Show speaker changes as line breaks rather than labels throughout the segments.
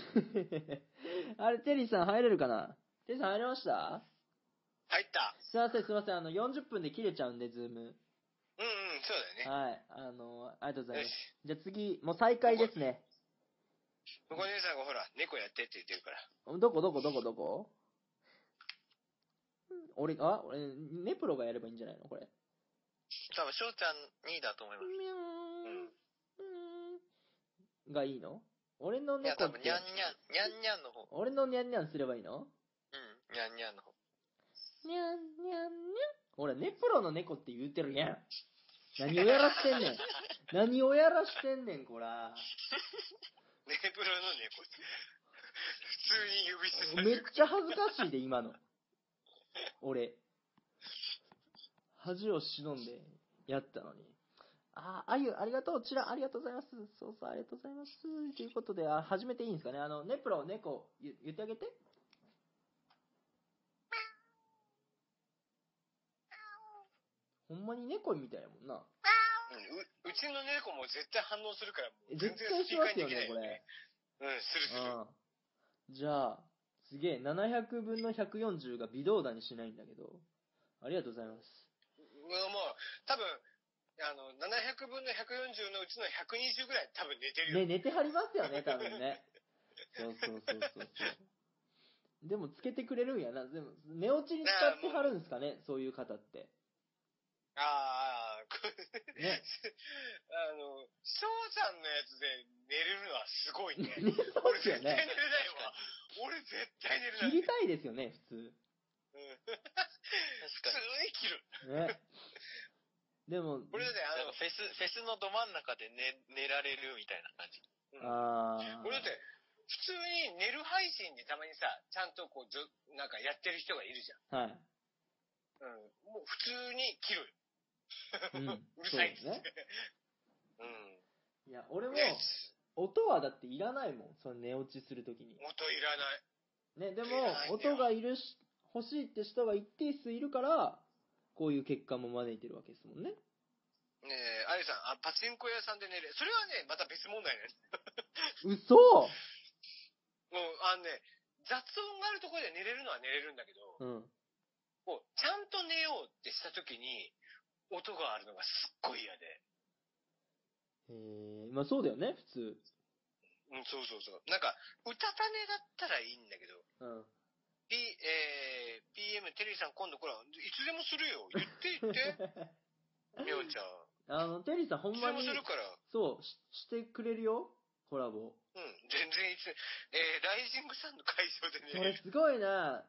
あれ、テリーさん入れるかなテリーさん入れました
入った。
すいません、すいません。あの、40分で切れちゃうんで、ズーム。
うんうん、そうだよね。
はい。あの、ありがとうござい
よ
ま
し
す。。じゃあ次、もう再開ですね。
向こう姉さんがほら、猫やってって言ってるから。
どこどこどこどこ俺、あ、俺、ネプロがやればいいんじゃないのこれ。
多分、翔ちゃん2だと思います。
ミャーン。がいいの俺の
いや、
猫
多
っ
分、
て
にゃ、んにゃん、にゃんにゃんの方。
俺のニャンニャンすればいいの
うん、にゃんにゃんの方。
ニャンニャンニャン。俺、ネプロの猫って言うてるやん。何をやらしてんねん。何をやらしてんねん、こら。
ネプロの猫。普通に呼び捨てさ
め
れ
っ
る。
ちゃ恥ずかしいで、今の。俺。恥を忍んでやったのに。あ、あゆ、ありがとう、ちら、ありがとうございます。そうそう、ありがとうございます。ということで、あ、始めていいんですかね。あの、ネプロ、猫、ゆ言ってあげて。ほんまに猫みたいやもんな。
うんううちの猫も絶対反応するから、もう
絶
全
対
然
し
正
ま
解
すよ
で
ね
きな、い
こ
よ
れ
ね。。うん、するする。
うん。じゃあ、すげえ、700分の140が微動だにしないんだけど、ありがとうございます。
もう、もう多分、あの、700分の140のうちの120ぐらい多分寝てるよ。
ね、寝てはりますよね、多分ね。そうそうそうそうそう。でも、つけてくれるんやな。でも、寝落ちに使ってはるんですかね、そういう方って。
ああ、これ
ね。
あの、翔ちゃんのやつで寝れるのはすごい
寝
ね。
そう
俺
ですよ
絶対寝れない
ね。
わ。俺絶対寝れない。
切りたいですよね、普通。
うん普通に切る。
ね。でも、
俺だってあ
なん
の
か、フェス、フェスのど真ん中で寝、寝られるみたいな感じ。
あー
俺だって、普通に寝る配信でたまにさ、ちゃんとこう、じょなんかやってる人がいるじ
はい。
ゃん。うん。もう普通に切るよ。
うん。
うる
そう
さい
で
っつ
す
って。
ね。
う
いや、俺も
ん。、ね、
音はだっていらないもん、その寝落ちするときに。
音いらない。
ね、でも
いらな、いんだよ
音がいるし、欲しいって人が一定数いるから、こういう結果も招いてるわけですもんね。
ねえ、あゆさん、あ、パチンコ屋さんで寝れ。それはね、また別問題ね。
嘘
もう、あのね、雑音があるところで寝れるのは寝れるんだけど、
うん。
こう、ちゃんと寝ようってした時に、音があるのがすっごい嫌で。
えー、まあそうだよね、普通。
うん、そうそうそう。なんか、うたた寝だったらいいんだけど、
うん。
P、えー、PM テリーさん今度こら、いつでもするよ。言って言 って。みおちゃん。
あの、テリーさんほん
いつ
ま
で
に
もす、るから。
そうし、してくれるよ、コラボ。
うん、全然いつ、えー、ライジングさんの会場で
そ
寝れ
れ
る。
すごいな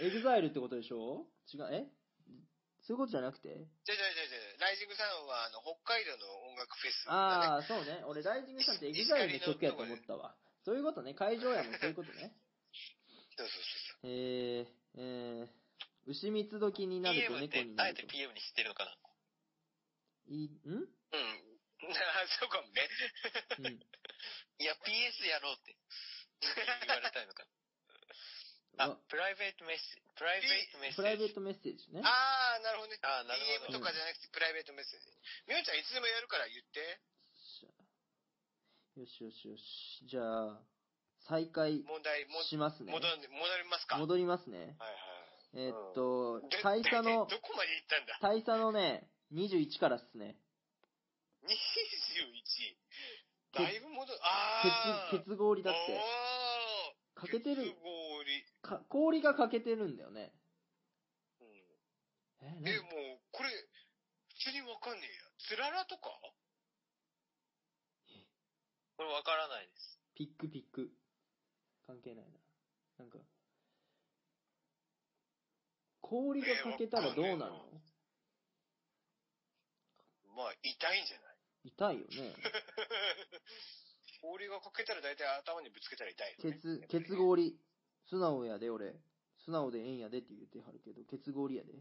エグザイルってことでしょ違う、えそういうことじゃなくて
じゃじゃじゃじゃライジングさんは、あの、北海道の音楽フェス、ね。あ。
ああ、そうね。俺、ライジングさんってエグザイルの曲やと思ったわ。そういうことね。会場やもん、そういうことね。
そうそうそ
え
う。
ー、えー、牛蜜時になると
PM っ
猫
て
に、な
あえ
ると
て。PM にしてるのかない
ん
うん。 あそうかもね。
うん。
いや、PS やろうって。言われたいのかな
あ
あ、プライベートメッセージ。プライベートメッセ
プライベ
ージ。
ートメッセージね。
あー、なるほどね。
あーなる
DM
ほど。
とかじゃなくて、プライベートメッセージ。みおちゃん、いつでもやるから言って。
よしよしよし。じゃあ、再開
問題、も
しますね
戻。ん戻りますか。はい
戻りますね。
は
えーっと
い。で、
大佐の
大、体どこまで行ったんだ
大佐のね、21からっすね。
?21。だいぶ戻る。あ
ケ
ー。
ツ、ケツ氷だっ
お
て。
ー
欠けてる
鉄氷。
か氷が欠けてるんだよね。
うん
えー、
え、
なん
もう、これ、普通にわかんねえや。つららとか
これわからないです。
ピックピック。関係ないな。なんか、氷が欠けたらどうなるの
えーわかんねまあ、痛いんじゃない
痛いよね。
氷がかけたら大体頭にぶつけたら痛いよ
ケ
ね。
ツ、ケツ氷。素直やで、俺。素直でええんやでって言ってはるけど、ケツ氷やで。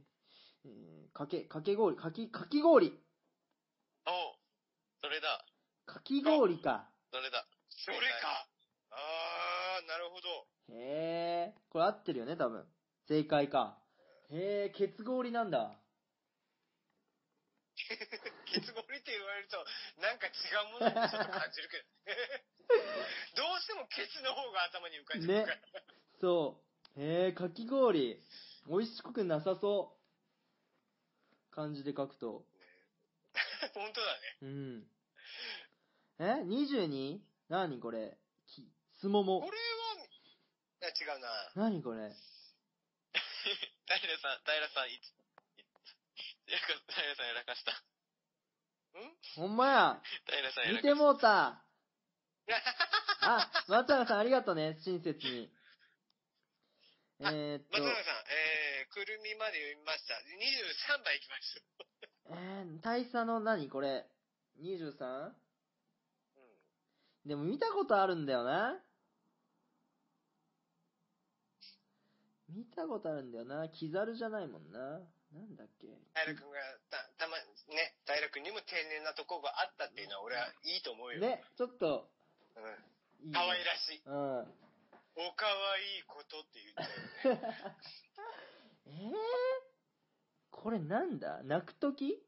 えー、かけ、かけ氷、かき、かき氷
おうそれだ。
かき氷か。
それだ。
それかあー、なるほど。
へえ、これ合ってるよね、多分。正解か。へえ、ケツ氷なんだ。
ケツゴリって言われると、なんか違うものをちょっと感じるけど。 どうしてもケツの方が頭に浮かんじゃうから。
そう。へえ、かき氷。美味しくなさそう。漢字で書くと。
本当だね。
うん。え ?22? 何これき、すも
こ
も
れ。は、いや違うな。
何これ
平さん、平さん、いつ、いつやらか平さんやらかした。
ほんまや。
平さんや
見
らかした。
てもうた。あ、松永さんありがとうね、親切に。えー、っ
松
と
永、さん、えー、くるみまで読みました。23番いきました。
えー、大佐の何これ ?23?
うん。
でも見たことあるんだよな。見たことあるんだよな。キザルじゃないもんな。なんだっけ。
平君がた、たま、ね、平君にも丁寧なとこがあったっていうのは俺はいいと思うよ。
ね、ちょっと、
うん。
いい、
可愛らしい。
うん。
お可愛いことって言って。
えー、これなんだ泣くとき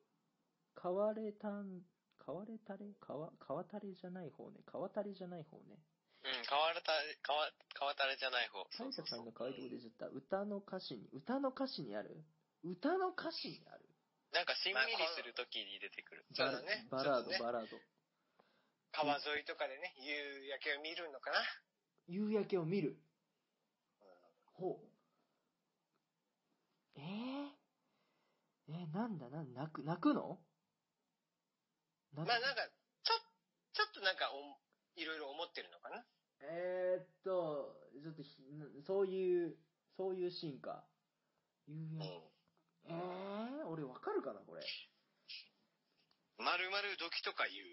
買われたん、買われたれ買わ、買わたれじゃない方ね。買わたれじゃない方ね。
うん、変われた、変わ、変わたれじゃない方。
サイタさんが可愛いとこ出ちゃった。歌の歌詞に、歌の歌詞にある歌の歌詞にある
なんかしんみりするときに出てくる。
そうだね
バラー
そうだね
ド、バラード。
川沿いとかでね、夕焼けを見るのかな。
夕焼けを見る。ほう。えー、えーなんだなんだ泣く、泣くの泣く
まあなんか、ちょ、ちょっとなんかお、いろいろ思ってるのかな。
えー、っと、ちょっとひ、そういう、そういうシーンか。夕
う
焼けえー、俺わかるかな、これ。
まるまる時とか言う。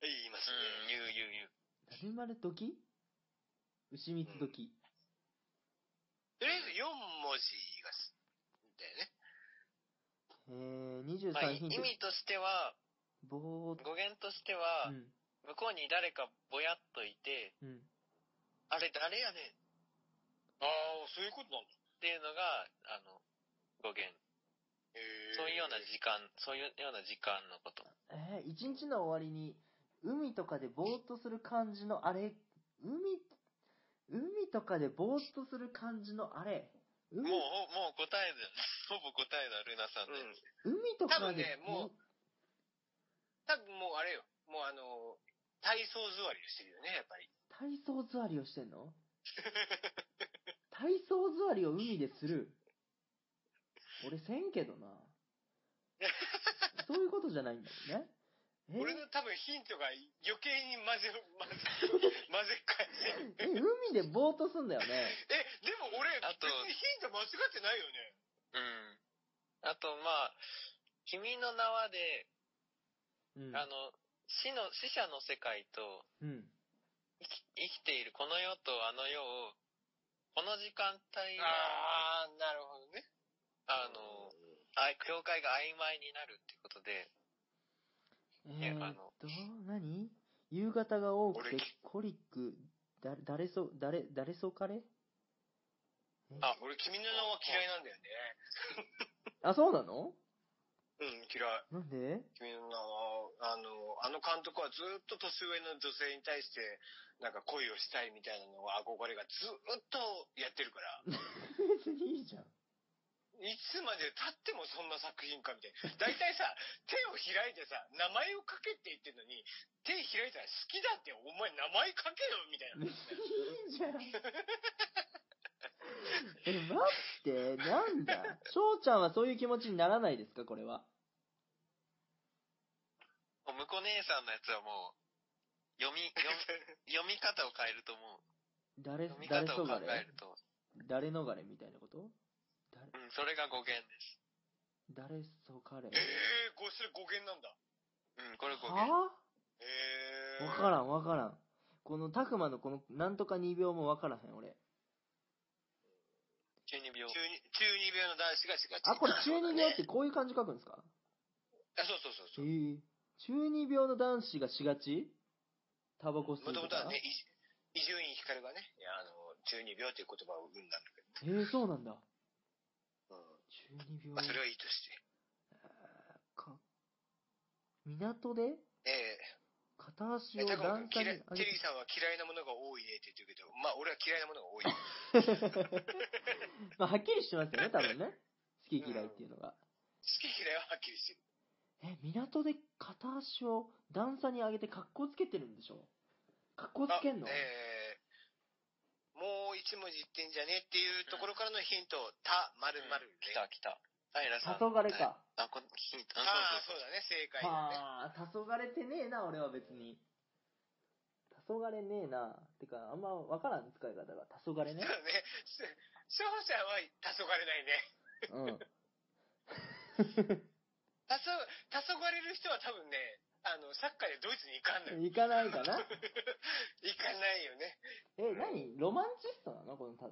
言います
ん、言う言う言
何生
う。
まれ時牛蜜時。
とりあえず4文字がす、だよね。
えー、23
まあ、い
ヒン
意
ト。
味としては、
ぼーっと。
語源として
う
は、
ん。
向こうに誰かぼやっといて、
うん。
あれ誰やねんっ
ああ、そういうことなんだ。
ていうのが、あの、語源。そういうような時間、そういうような時間のこと。
えー、一日の終わりに、海とかでぼーっとする感じのあれ、海、海とかでぼーっとする感じのあれ、海、
もう、ほもう答えだよね。ほぼ答えだ、ルナさんのやつ。
海とかで。
多分ねもう多分もうあれよ。もうあの、体操座りをしてるよね、やっぱり。
体操座りをしてんの体操座りを海でする俺せんけどな。そういうことじゃないんだよね。え
俺の多分ヒントが余計に混ぜ、混ぜ、混ぜ返してる。
え、海でぼーっとすんだよね。
え、でも俺、
あと
別にヒント間違ってないよね。
うん。あと、まあ、君の名はで、
うん。
あの、死の、死者の世界と、
うん。
生き生きているこの世とあの世を、この時間帯が、
ああ、なるほどね。
あの、あい境界が曖昧になるってことで、
えー、
あ
っ
の
と、何夕方が多くて
俺
コリック、だ、誰そ、誰、誰そかれ
あ、俺君の名は嫌いなんだよ
あ、そうなの
ね。うん、嫌い。
なんで
君の名は、あの、あの監督はずっと年上の女性に対して、なんか恋をしたいみたいなのが憧れがずっとやってるから、
別にいいじゃん。
いつまで経ってもそんな作品かみたいな。大体さ、手を開いてさ、名前を書けって言ってんのに、手開いたら好きだって、お前名前書けよ
い
みたいな。
い じゃん。え、待って、なんだ。翔ちゃんはそういう気持ちにならないですか、これは。
もう向こう姉さんのやつはもう、読み、読み読み方を変えるとも
誰
う、読み、方
誰
を
そ
考
が
え
れ
ると、
誰逃れみたいなこと誰、
うん、それが語源です。
誰そがれ
ええー、これそれ語源なんだ。
うん、これ語源。
は
え
ぁ
えー。
わからん、わからん。この、たくまのこの、なんとか2秒もわからへん、俺。
中二病。
中二、中二病の男子が違って
あ、これ中二病ってこういう漢字書くんですか
あ、そうそうそう
へ
そう。
ぇ。中二病の男子がしがちタバコ吸
も
う
と
と
もとは
か
ね、。伊集院光がね、いやあの、中二病という言葉を生んだんだけど。
えー、そうなんだ。
うん
中二病。
まあ、それはいいとして。
かっ港で
え
片足
ええ
を
タコ
段
君
差に上げ
嫌いテリー
て、
さんは嫌いなものが多いねって言ってるけど、まあ俺は嫌いなものが多
まあ、は
い。
っきりしてますよね、多分ね。好き嫌いっていうのが。
好き嫌いははっきりしてる。
え、港で片足を段差に上げて格好つけてるんでしょ格好つ
あ
けんの、
えーもう一文字言ってんじゃねっていうところからのヒント、た、まるまるね。
来た来た。平さん。
黄昏か。
あ、このヒント。あ
ああ、
そ
そう
うそう
だね、正解だね。
はあ、黄昏てねえな、俺は別に。黄昏ねえな。てか、あんまわからん使い方が。黄昏ね
そ。うね。勝者は黄昏ないね。
うん。
黄昏れる人は多分ね、あの、サッカーでドイツに行かんのよ。
行かないかな
行かないよね。
え、何ロマンチストなのこのた、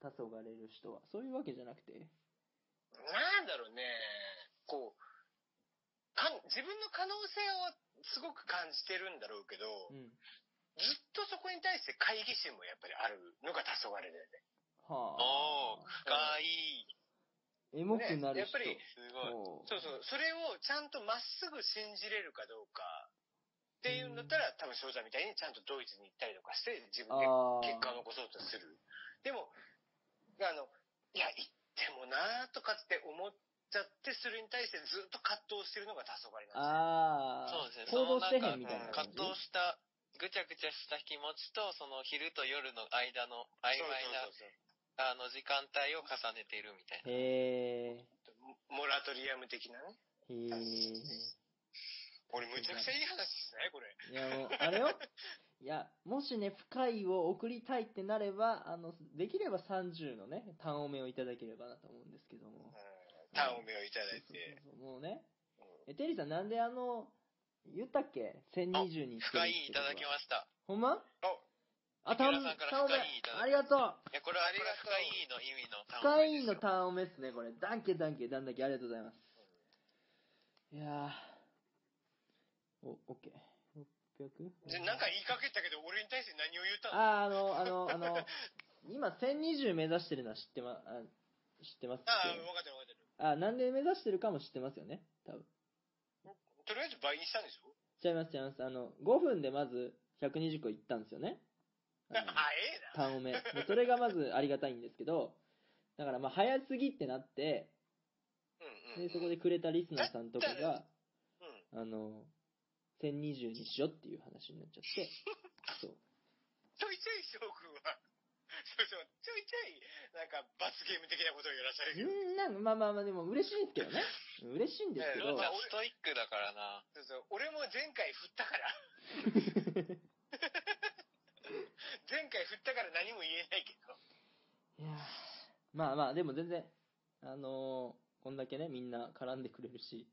黄昏れる人は。そういうわけじゃなくて。
なんだろうね。こう、かん自分の可能性をすごく感じてるんだろうけど、
うん。
ずっとそこに対して懐疑心もやっぱりあるのが黄昏だよね。
は
おー
あ。
かわいい。
エモくな
ね
る
やっ
人。
ぱり
す
お
ごい。
う
そうそう。それをちゃんとまっすぐ信じれるかどうか。っていうんだったら、多分翔ちゃんみたいにちゃんとドイツに行ったりとかして、自分で
あ
結果
あ。
を残そうとする。でも、あの、いや、行ってもなーとかって思っちゃって、それに対してずっと葛藤してるのが黄昏なんです
あ
よ。
あ。
そう
行動して
ですね。その
へんみたいな
うん
感じ。
葛藤した、ぐちゃぐちゃした気持ちと、その昼と夜の間の曖昧な、
そうそう
あの、時間帯を重ねているみたいな。
へえ。
そうモモラトリアム的なね。
へえ。
俺、むちゃくちゃいい話ですね、これ。
いやもう、あれよ。いや、もしね、深いを送りたいってなれば、あの、できれば30のね、単音目をいただければなと思うんですけども
うん。。タンを目をいただいて。
そうそうそうもうね。
うん
え、テリーさん、なんであの、言ったっけ ?1020 に
深いいただき
す。
ました。
ほんま
あ
あ、単音
三浦さんから
単音目
深いいただきました
ありがとう
いや、これはあれが
これは
深いの意味の単
深
語で
い
す
の
よ。
単音目ですね、これ。ダンケダンケダンだけありがとうございます。いやー。お、オッケー。600?
じゃなんか言いかけたけど、俺に対して何を言ったの
あー、あの、あの、あ の、今1020目指してるのは知ってま、あ知ってますっけ
ああ、分かってる分かってる。
あー、なんで目指してるかも知ってますよね。多分。
とりあえず倍にしたんでしょ
ちゃいます、ちゃいます。あの、5分でまず120個いったんですよね。
早
あ
え
の
な。
単音目。でそれがまずありがたいんですけど、だからまあ早すぎってなって、
うんうん。
で、そこでくれたリスナーさんとか
だった
が、
うん。
あの、1020にしようっていう話になっちゃ って、そう。
ちょいちょい翔くんは、そうそう、ちょいちょい、なんか罰ゲーム的なことをやらされる。
うん、なんかまあまあまあ、でも嬉しいんですけどね。嬉しいんですけ
そ
ど、
うじゃあストイックだからな。
そうそう、俺も前回振ったから。 前回振ったから何も言えないけど。
いやーまあまあ、でも全然、あのーこんだけね、みんな絡んでくれるし、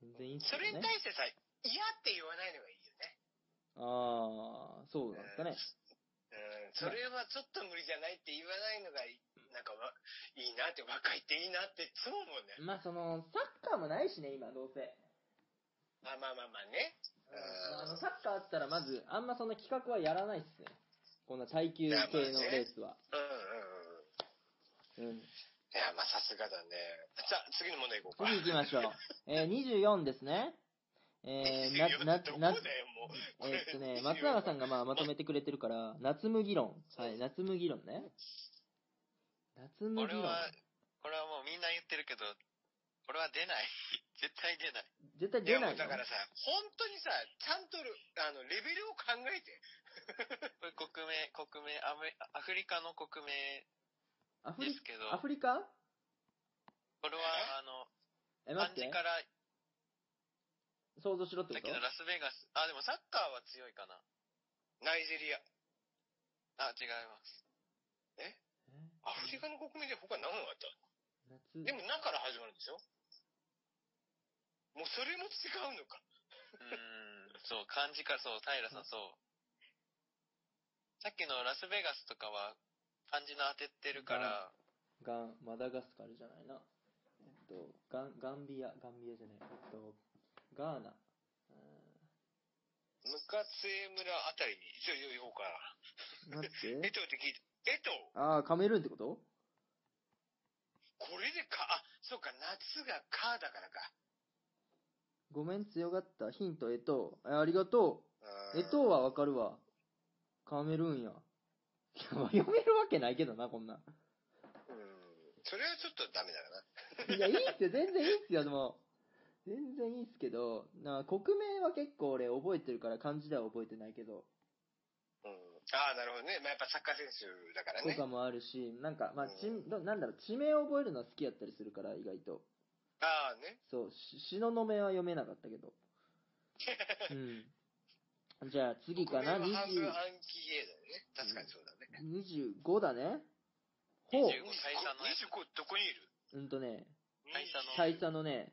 全然いいんです
そ
よ
れに
ね。
対してさ、嫌って言わないのがいいよね。
ああ、そうなんですかね。
うん、それはちょっと無理じゃないって言わないのがいい、なんかわ、いいなって、若いっていいなって、そう思うね。
まあその、サッカーもないしね、今、どうせ。
まあまあまあまあね。
あの、サッカーあったらまず、あんまその企画はやらないっすね。こんな耐久系のレースは。
うんうんうん。
うん。
いや、まあさすがだね。さあ、次の問題いこうか。
次行きましょう。えー、24ですね。えー、な、
どこだ
な、な、
よ、もう。
えーっとね、松永さんがまあまとめてくれてるから、夏麦論。はい、夏麦論ね。夏麦論
俺。は、これはもうみんな言ってるけど、これは出ない。 絶対出ない。
絶対
い
出
やも
な
う
い
だ
の
からさ、本当にさ、ちゃんとあのレベルを考えて、
これ国名、国名、アメアフリカの国名
アフ
で
リ
すけど、
アフリカ
これは、あの、
え、待
漢
っ
字
て。
から、
想像しろって
だ
こと
けどラスベガス、あ、でもサッカーは強いかな。
ナイジェリ
あ、違います。
ア、アフリカの国名で他何があった
夏、
でも、なから始まるんでしょもうそれも違うのか。
うーん、そう、漢字から、そう、平さん、そう。さっきのラスベガスとかは、漢字の当てってるから、
ガン、マダガスカルじゃないな。えっと、ガン、ガンビア、ガンビアじゃない。えっと、ガーナ。う
ムカツエ村あたりに一応言おうか
ーん待っ
な。エ
て。
トって聞いて、エト
ああ、カメルーンってこと
これでか、あ、そうか、夏がカーだからか。
ごめん、強がった。ヒント、えとう。あありがとう。え
え
とうはわかるわ。カメルーンや。いや 読めるわけないけどな、こんなん。
うん。それはちょっとダメだよな。
いや、いいっすよ、全然いいっすよ、でも。全然いいっすけど、な国名は結構俺覚えてるから漢字では覚えてないけど、
うん。ああ、なるほどね。まあ、やっぱサッカー選手だから
と
ね。
かもあるし、なんか、まあ、ち、どなんだろう、地名を覚えるのは好きやったりするから、意外と。
ああね。
そう、し詩の名は読めなかったけ ど。うん。じゃあ次かな、
僕
20
は半分暗記芸だよね。確かにそうだね。
25だね。ほ
25
25
大佐のやつ
どこにいる
う。うんとね、
大佐の
大佐のね、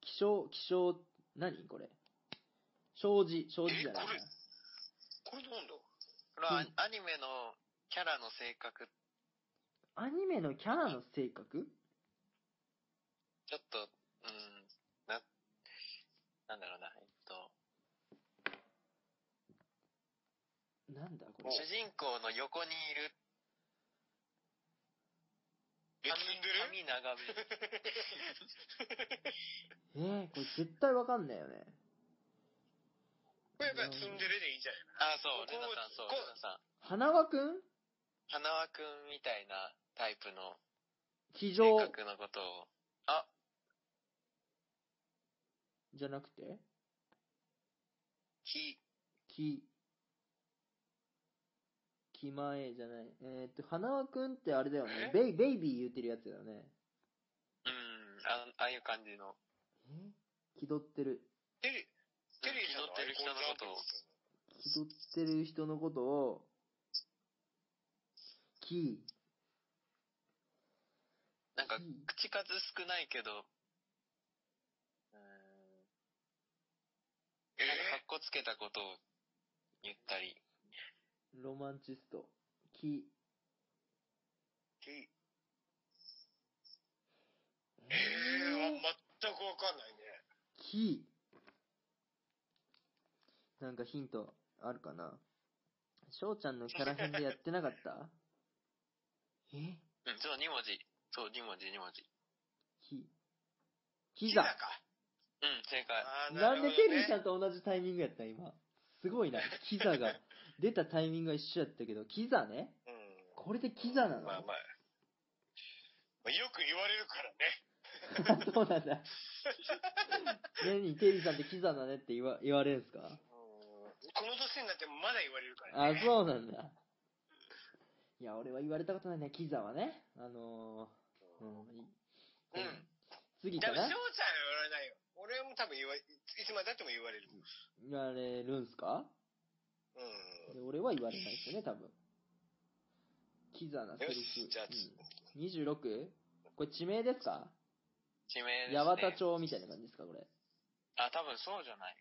気象、気象、何これ。障子、障子じゃない
えこれこれなんだ
これ
う
は
ん
アニメのキャラの性格、
アニメのキャラの性格
ちょっと、うん、な、なんだろうな、えっと、
なんだこれ。
主人公の横にいる
え、
髪
ツンデレ
髪長め。
えー、これ絶対わかんないよね。
これやっぱツンデレでいいんじゃない
あ、そう、
ここ
レナさん、そう、
こ
レナさん。
花輪くん
花輪くんみたいなタイプの
気
性
象
格のことを。あ、
じゃなくて
き、
気。気前じゃない。えー、っと、花輪くんってあれだよね。ベイ、ベイビー言ってるやつだよね。
うん、あああいう感じの。
え気取ってる。
テレ、テレビ
気取ってる人のことを。
気取ってる人のことを、気。
なんか
う、ん
口数少ないけど、うん、
え
なんか
ー、
格好つけたことを言ったり。
ロマンチスト。気。
えー、わ全くわかんないね。
気。なんかヒントあるかな翔ちゃんのキャラ編でやってなかったえ
うん、そう、2文字。そう、2文字、2文字。
気。気だ。
か。
うん、正解。
あー
なんでテリーちゃ
ん
んと同じタイミングやった今。すごいな。キザが。出たタイミングが一緒やったけど、キザね
うん。
これでキザなの、
まあまあ。まあ、よく言われるからね。
そうなんだ。何テリーさんってキザだねって言わ言われるんですか
うんこの年になってもまだ言われるから
あ
ね。、う。
そうなんだ。いや、俺は言われたことないね。キザはね。あのー、うん。い
うん
次
多
か
分、翔
な
ちゃんは言われないよ。俺も多分言わ、いつまでたっても言われる。
言われるんすか
うん。
で俺は言われないですよね、多分。キザなセ
よ
リフ
し、じゃあ、。
うん、26? これ地名ですか
地名です、ね。
八幡町みたいな感じですか、これ。
あ、多分そうじゃない。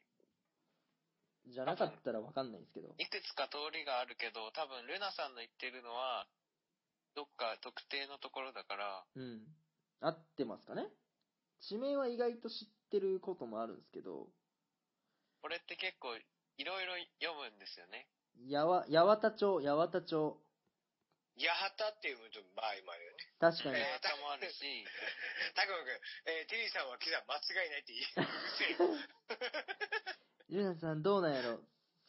じゃなかったらわかんないんですけど。
いくつか通りがあるけど、多分ルナさんの言ってるのは、どっか特定のところだから、
うん。合ってますかね地名は意外と知ってることもあるんですけど、
これって結構いろいろ読むんですよね。
やわ、八幡町、八幡町。
八幡っていうと、まあ今よね。
確か
八
に。
え
幡もあるし、
たくまくん、えーテリーさんはキザ間違いないって言う。うるせえよ。
ルナさんどうなんやろ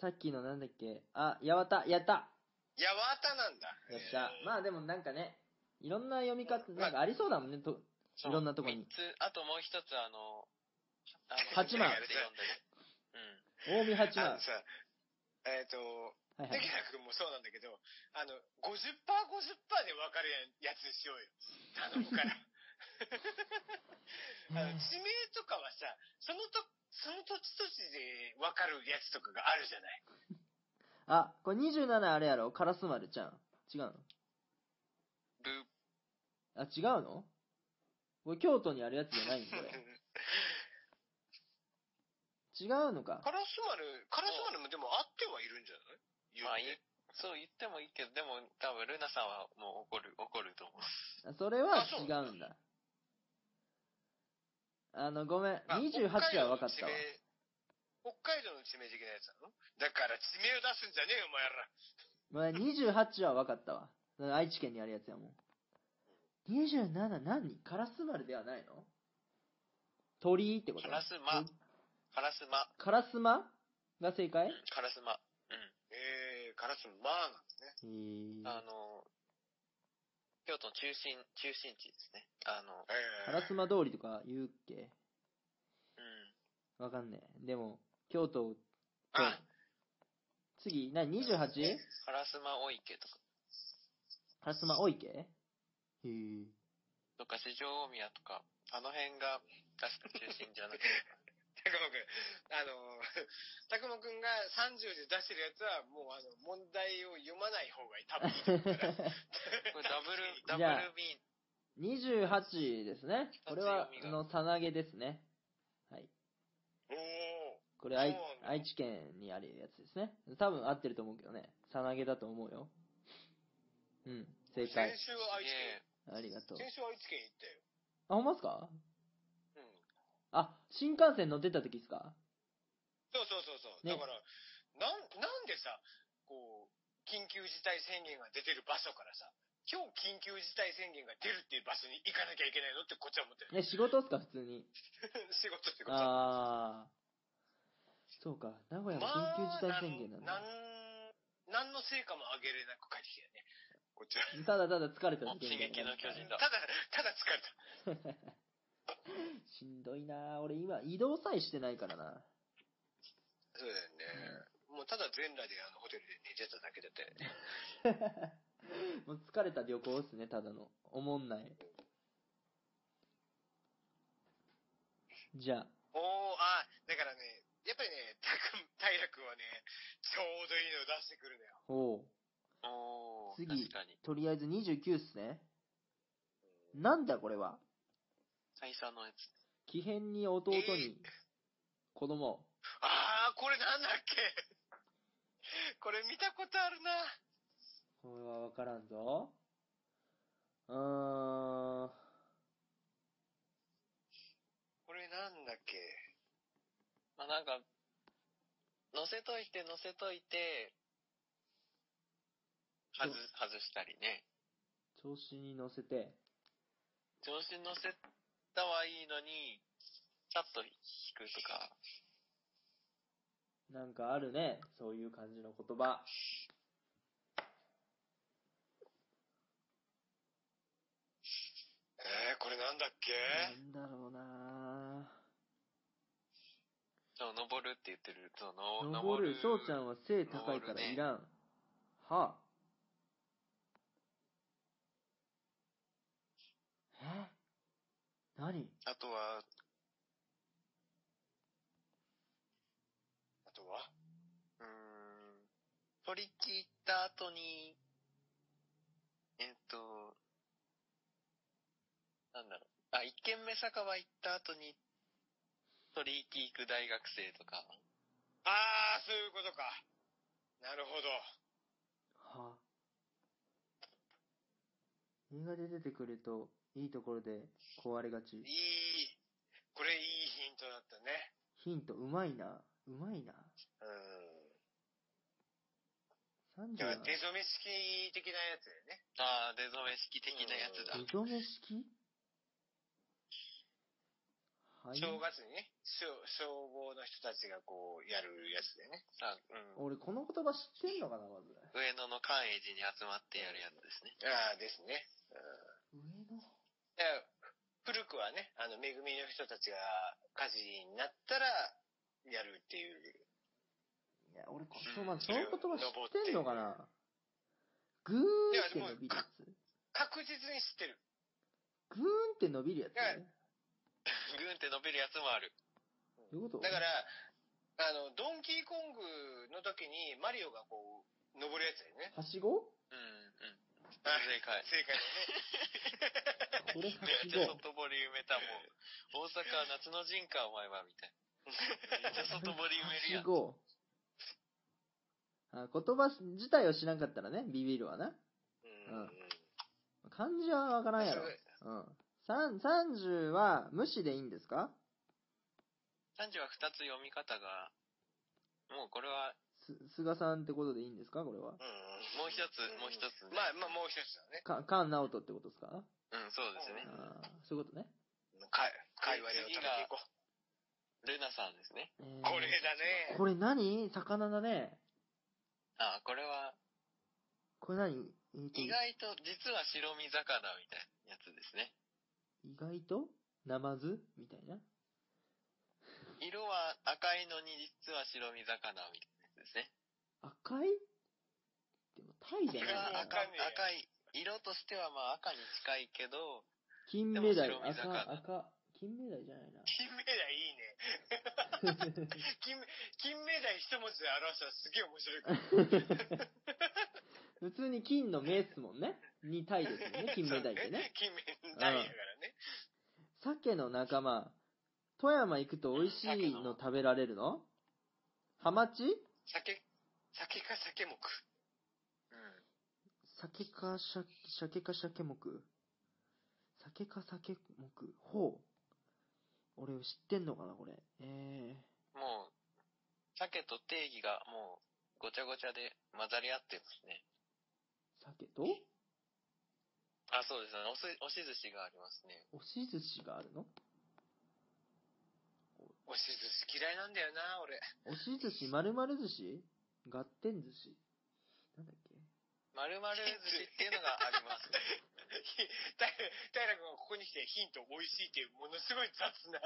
さっきのなんだっけあ、八幡、やった
八幡なんだ。
よっしゃ。
えー
まあでもなんかね、いろんな読み方、
まあ
なんかありそうだもんね、と、
そう
いろんなとこに
三つ、あともう一つあの、あの
八幡
って読んだりうん。
近江八幡。
あ
は
のさ、えっ、と、
いは
テキ
い。
ラ君もそうなんだけど、あの、50%、50%で分かるやつにしようよ。頼 むから。あの、地名とかはさ、そのと、その土地土地で分かるやつとかがあるじゃない。
あ、これ27あれやろカラスマルちゃん。違うの
ル
あ、違うのこれ京都にあるやつじゃないんこ れ。違うのか。
カラスマル、カラスマルもでもあってはいるんじゃない
まあいい。そう言ってもいいけど、でも多分ルナさんはもう怒る、怒ると思う。
あそれは
あそう
違うんだ。あの、ごめん。
あ
28は分かったわ。
北海道の地名北海道の地名的なやつなのだから地名を出すんじゃねえよ、お前ら。
ごめん、28は分かったわ。愛知県にあるやつやもん。27何カラス丸ではないの鳥居ってこと
カラスマカラスマ、
カラスマが正解
カラスマ。
えー、カラスマーなんですね。
えー
あの、京都の中心、中心地ですね。あの、
えー、
カラスマ通りとか言うっけ
うん。
わかんねえ。でも、京都、
あ、
次、な、28?
カラスマお池とか、
カラスマ多いけへえ。
とか、四条大宮とか、あの辺が確か中心じゃなくて、
たくまくん。あの、 たくまくんが30で出してるやつは、もうあの、問題を読まない方がいい。多分いいと思うから。
これダブル、
じゃ
ダ
あ
ブル B、
28ですね。これは、あの、さなげですね。はい。
おー。
これ愛
そうな
愛
ん、だ
知県にあるやつですね。多分合ってると思うけどね。さなげだと思うよ。うん、 正解
先。週は愛知
ええ
ありがとう
県。。先週は愛知県行ったよ。
あ、ほんまっすか
うん。
あ、新幹線乗ってった時っすか
そうそうそうそう。
ね
だから、なん、なんでさ、こう、緊急事態宣言が出てる場所からさ、今日緊急事態宣言が出るっていう場所に行かなきゃいけないのってこっちは思 ってる。
え、仕事っすか普通に。
仕事ってことは
あー。そうか、名古屋も緊急事態宣言なん
まあ
だ。
なん、なんの成果も上げれなく帰ってきたよね。こっちは。
ただただ疲れただけ
進
みたい
撃
な
の巨人だ。
ただ、ただ疲れた。
しんどいな俺今、移動さえしてないからな。
そうだよね。もうただ全裸であのホテルで寝てただけだったよね。
もう疲れた旅行っすね、ただの。おもんない。じゃあ、
おー、あー、だからね、やっぱりね、たくん、平君はね、ちょうどいいのを出してくるのよ。
おう
おー、
次
確かに。
とりあえず29っすね。なんだこれは。
最初のやつ。
奇変に弟
え
に、子供。
あー、これなんだっけこれ見たことあるな。
これはわからんぞ。うーん。
これなんだっけ
まあなんか、乗せといて乗せといて、外
そう、
外したりね。
調子に乗せて、
調子に乗せたはいいのに、ちょっと引くとか。
なんかあるね。そういう感じの言葉。
えー、これなんだっけ
なんだろうな
そう、登るって言ってる。そう、の
登る、翔ちゃんは背高いか
登る
ら
ね
いらん。はあ。え何
あとは、
あとは
うーん、取り切った後に、えっと、なんだろう。あ、一軒目酒場行った後に、取り切行く大学生とか。
あー、そういうことか。なるほど。
はあ。映画で出てくると、いいところで壊れがち
い。い、これいいヒントだったね。
ヒント、うまいな。うまいな。
うん。
30
だ
は、
から出初め式的なやつだよね。
ああ、出初め式的なやつだ。
二度目式はい。
正月にね、消消防の人たちがこう、やるやつだよね。
さう
俺、
ん、
この言葉知ってんのかな、まず。
上野の寛永寺に集まってやるやつですね。
ああ、ですね。う
上
ん
の。
だから古くはね、あの、恵みの人たちが火事になったら、やるっていう。
いや、俺こ
うん、
そう、まあ、そういう言葉知ってんのかなぐーんって伸びるやつ。
確実に知ってる。
ぐーんって伸びるやつ、ね。
グーンって伸びるやつもある。
どういうこと
だから、あの、ドンキーコングの時にマリオがこう、登るやつだよね。
はしご
うん、うん。正解。
正解だ
これは
めっ
し
ちゃ
ご。
外堀埋めたもん。大阪は夏の陣か、お前は、みたい な。めっちゃ外堀埋めるや
はし
ん。
ご。あ言葉自体を知らんかったらね、ビビるわな。
ね。うん。
漢字はわからんやろ。うん。さん30は無視でいいんですか
30は2つ読み方が、もうこれは、
す菅さんってことでいいんですかこれは。
うん
もう一つもう一つね
まあまあ、もう一つだね。
か、菅直人ってことですか
うん、そうですね。
あーそういうことね。
か会話で食べていこう。
ルナさんですね。
えー
これだね。
これ何魚だね。
あーこれは、
これ何、えーと
意外と、実は白身魚みたいなやつですね。
意外とナマズみたいな。
色は赤いのに、実は白身魚みたいなやつですね。
赤いでもタイじゃな
色
い
は
のか
赤
な
赤ね
赤い、色としてはまあ赤に近いけど、
金目鯛、
でも白身
赤、
魚
赤。金目鯛じゃないな。
金目鯛いいね。金金目鯛一文字で表したらすげえ面白いから。
普通に金の目っすもんね。に鯛ですよね、金目鯛ってね。。
金目鯛だからね。
鮭の仲間。富山行くと美味しいの食べられるのハマチ
酒、酒か酒目。
うん。
酒か鮭、鮭か鮭目。鮭か鮭目。ほう。俺知ってんのかな、これ。え
もう、鮭と定義がもう、ごちゃごちゃで混ざり合ってますね。
ー、鮭と
あ、そうですね。おす、押し寿司がありますね。
押し寿司があるの
おし寿司嫌いなんだよな、俺。
押し寿司、丸々寿司合点寿司なんだっけ
まるまる寿司っていうのがあります。
ひ平平君がここに来てヒント美味しいっていうものすごい雑な。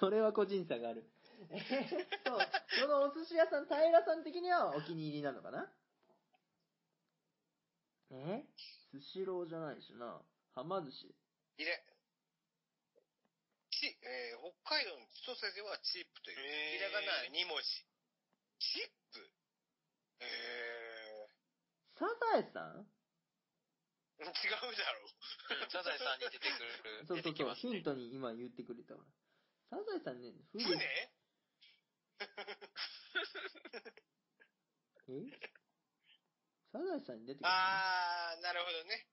それは個人差がある。えーっと、そのお寿司屋さん、平さん的にはお気に入りなのかなえスシローじゃないしな。はま寿司。
いれ。ち、えー北海道の千歳ではチップという。
へー
ひらがな2文字。チップえ
サザエさん
ー、違うだろう。
うんサザエさんに出てくる、
そう
出
そう
てき
そう
ま、す
ヒン
ね。
トに今言ってくれたから。サザエさんね、古い
船
えサザエさんに出てくるの
あー、なるほどね。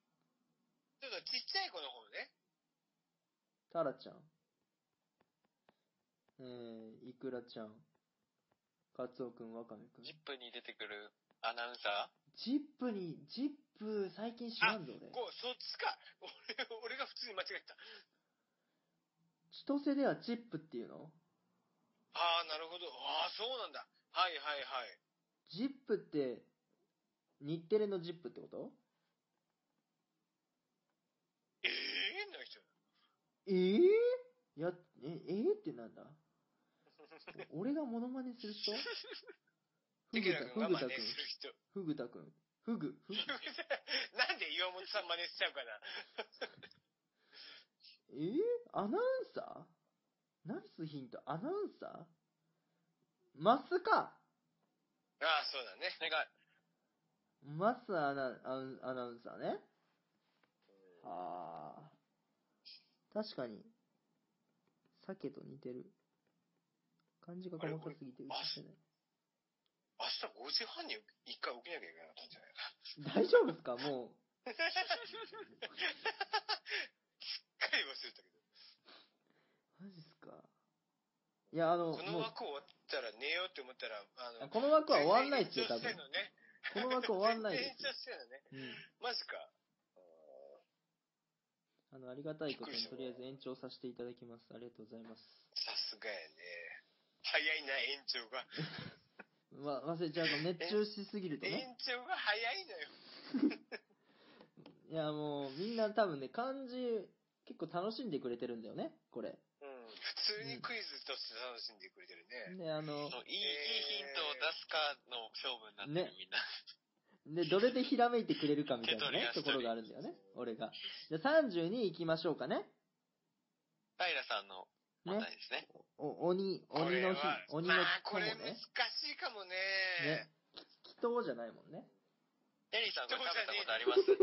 ちょっとちっちゃい子の方ね。
タラちゃん。えー、イクラちゃん。カツオくん、ワカメくん。
ジップに出てくるアナウンサ
ジップに、ジップ、最近知らんぞ、俺。
こう、そっちか。俺、俺が普通に間違えた。
千歳ではチップっていうの
あー、なるほど。あー、そうなんだ。はいはいはい。
ジップって、日テレのジップってこと
ええー、な人。
えー、や、え、えー、ってなん だ俺がモノマネする人
テ
フ
ケ
グ
ラ
タ、フ
君が
グ
真
タ
似
くん
す。る人。
フグタくん。フグ、フ グ。
なんで岩本さん真似しちゃうかな。
えー、アナウンサーナイスヒント。アナウンサーマスか
ああ、そうだね。
ーそれが、
マスアナアンアナウンサーね。ああ。確かに、鮭と似てる。漢字が細かすぎて映ってない。
明日5時半に一回起きなきゃいけなかったんじゃないか
大丈夫ですかも
な。一回忘れたけど。
う。マジっすか。いや、あの、
この
もう
枠終わったら寝ようって思ったら、あの、
この枠は終わんないっすよ、多
全
分
然延長して。ん
こ
のね。
の枠終わんないで
全 然延長してんのね。
す。うん。
マジか。
あの、ありがたいこと
びっくりし
に、
た
とりあえず延長させていただきます。ありがとうございます。
さすがやね。早いな、延長が。
わ、忘れちゃうと熱中しすぎるとね。
延長が早いのよ。
いや、もう、みんな多分ね、漢字、結構楽しんでくれてるんだよね、これ。
うん。普通にクイズとして楽しんでくれてるね。
で、あの、
そういい、い
えー
いヒントを出すかの勝負になってる、
ね
みんな。
で、どれでひらめいてくれるかみたいなね、
手
と
取
ころ
り足取り
があるんだよね、俺が。じゃあ32行きましょうかね。
平さんの問題ですね。
お、鬼、鬼の日、
こ
鬼
れ
の
は
日
まあ、こ
も
れ
ね。
難しいかもね。
ね。き祈祷じゃないもんね。
エリーさんこれ食べたことあります
な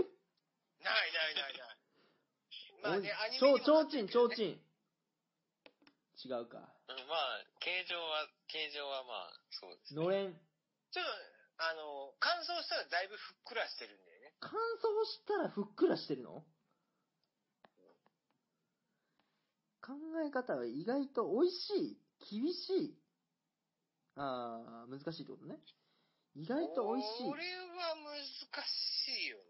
いないないない。ま あね、アニメ
ちょ
に
う、ちょ
もな
う
って
ちん、
る
ちょ
けど
う
ね
ちん。違うか。
うん、まあ、形状は、形状はまあ、そうですね。
のれん。
ちょっと、あの、乾燥したらだいぶふっくらしてるんだよね。
乾燥したらふっくらしてるの考え方は意外と美味しい、厳しい。あー、難しいってことね。意外と美味しい
こ。れは難しいよね。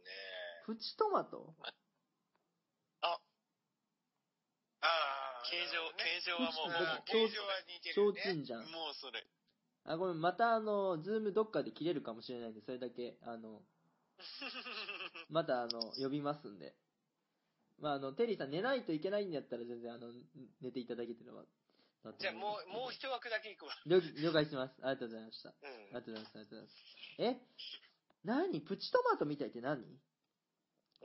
プチトマト
ああ、
形形状、
ね
形状はもう、
僕
あー形状は似てるよ
提
ね。
灯じゃん。
もうそれ。
あ、ごめん、またあの、ズームどっかで切れるかもしれないんで、それだけ、あの、またあの、呼びますんで。まああの、テリーさん寝ないといけないんだったら全然あの、寝ていただけてれば。
じゃあもう、もう一枠だけ行くわ。
う。了了解します。ありがとうございました。
う
ありが
ん。
とうございます、ありがとうございます。え何プチトマトみたいって何、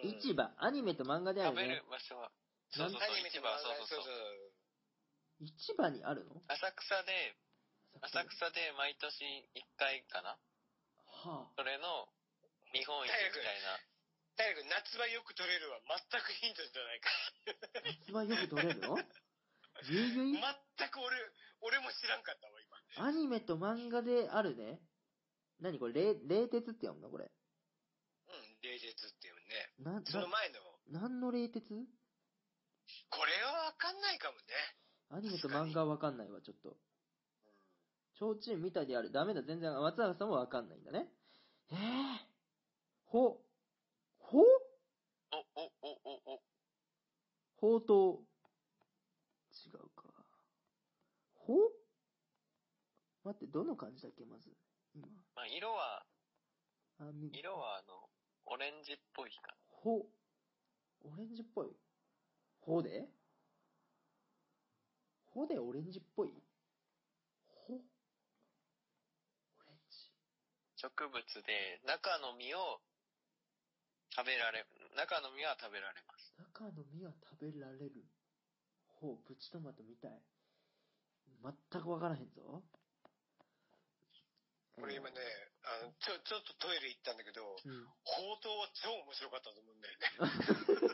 市場、アニメと漫画である
食べ
ね
る。場所は。
な
そ
ん
うそう
アニ
そう、
メ
市
と
場
か
はそうそうそう。
そう。
市場にあるの
浅草で、浅草で毎年1回かな
は
それの見本市みたいな。
大陸、夏場よく取れるは全くヒントじゃないか。
あ、一番よく取れるのゆいゆい
全く俺、俺も知らんかったわ、今。
アニメと漫画であるね。何これ、冷冷徹って読むのこれ。
うん、冷徹っていうね。
な、な、
その前の、
何の冷徹
これはわかんないかもね。
アニメと漫画はわかんないわ、ちょっと。提灯みたいである。ダメだ、全然。松永さんもわかんないんだね。えぇ、ほ、ほ
お、お、お、お、お。
ほうとう。違うか。ほ待って、どの感じだっけ、まず。今。
まあ、色は、
あ、み、
色はあの、オレンジっぽいか
ほ、オレンジっぽい。ほでほでオレンジっぽいほオレンジ。
な。植物で、中の実を食べられ、中の実は食べられます。
中の実は食べられる。ほう、プチトマトみたい。全くわからへんぞ。
俺今ね、あの、ちょ、ちょっとトイレ行ったんだけど、
うん。
報道は超面白かったと思うんだよ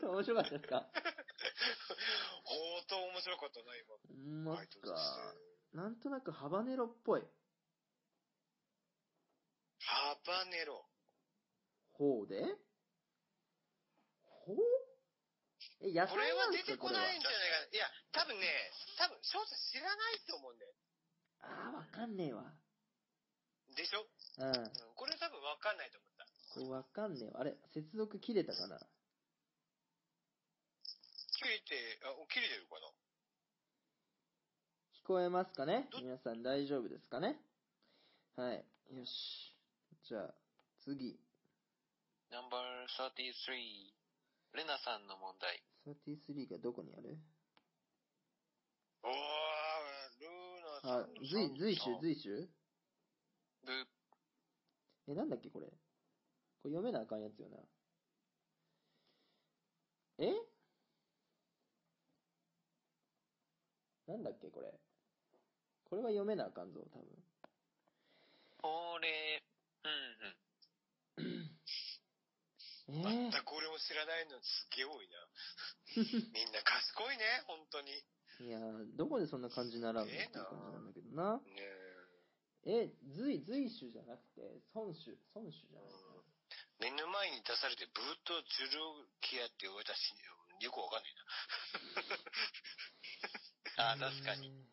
ね。
面白かったですか
報道面白かったな、今。
ほんまっ
バイ
す
トして
か。なんとなくハバネロっぽい。
ハバネロ。
ほうでほうえ、野菜
これは
なんで
出
すか
て
こ
こ
れは
ないんじゃないかな。いや、多分ね、多分、翔さん知らないと思うんだよ。
あー、わかんねえわ。
でしょ
うん。
うんこれ多分わかんないと思った。
これわかんねえわ。あれ、接続切れたかな
切れて、あ、切れてるかな
聞こえますかね
ど
皆さん大丈夫ですかねはい。よし。じゃあ、次。
ナンバー33。レナさんの問題。
33がどこにある
おー、ルーナ
あ
さん。、
随、随種、随種
ブー
え、なんだっけこれ。これ読めなあかんやつよな。えなんだっけこれ。これは読めなあかんぞ、多分。
これ、うんうん。
え
全
ー、
く俺も知らないのすげえ多いな。 みんな賢いね、本当に。
いやーどこでそんな感じ習うのっていう感じなんだけどな。
ね
え、随、随種じゃなくて、孫種、孫種じゃないかな
目の前に出されて、ブートジュルキアって私、よくわかんないな。
あー、確かに。。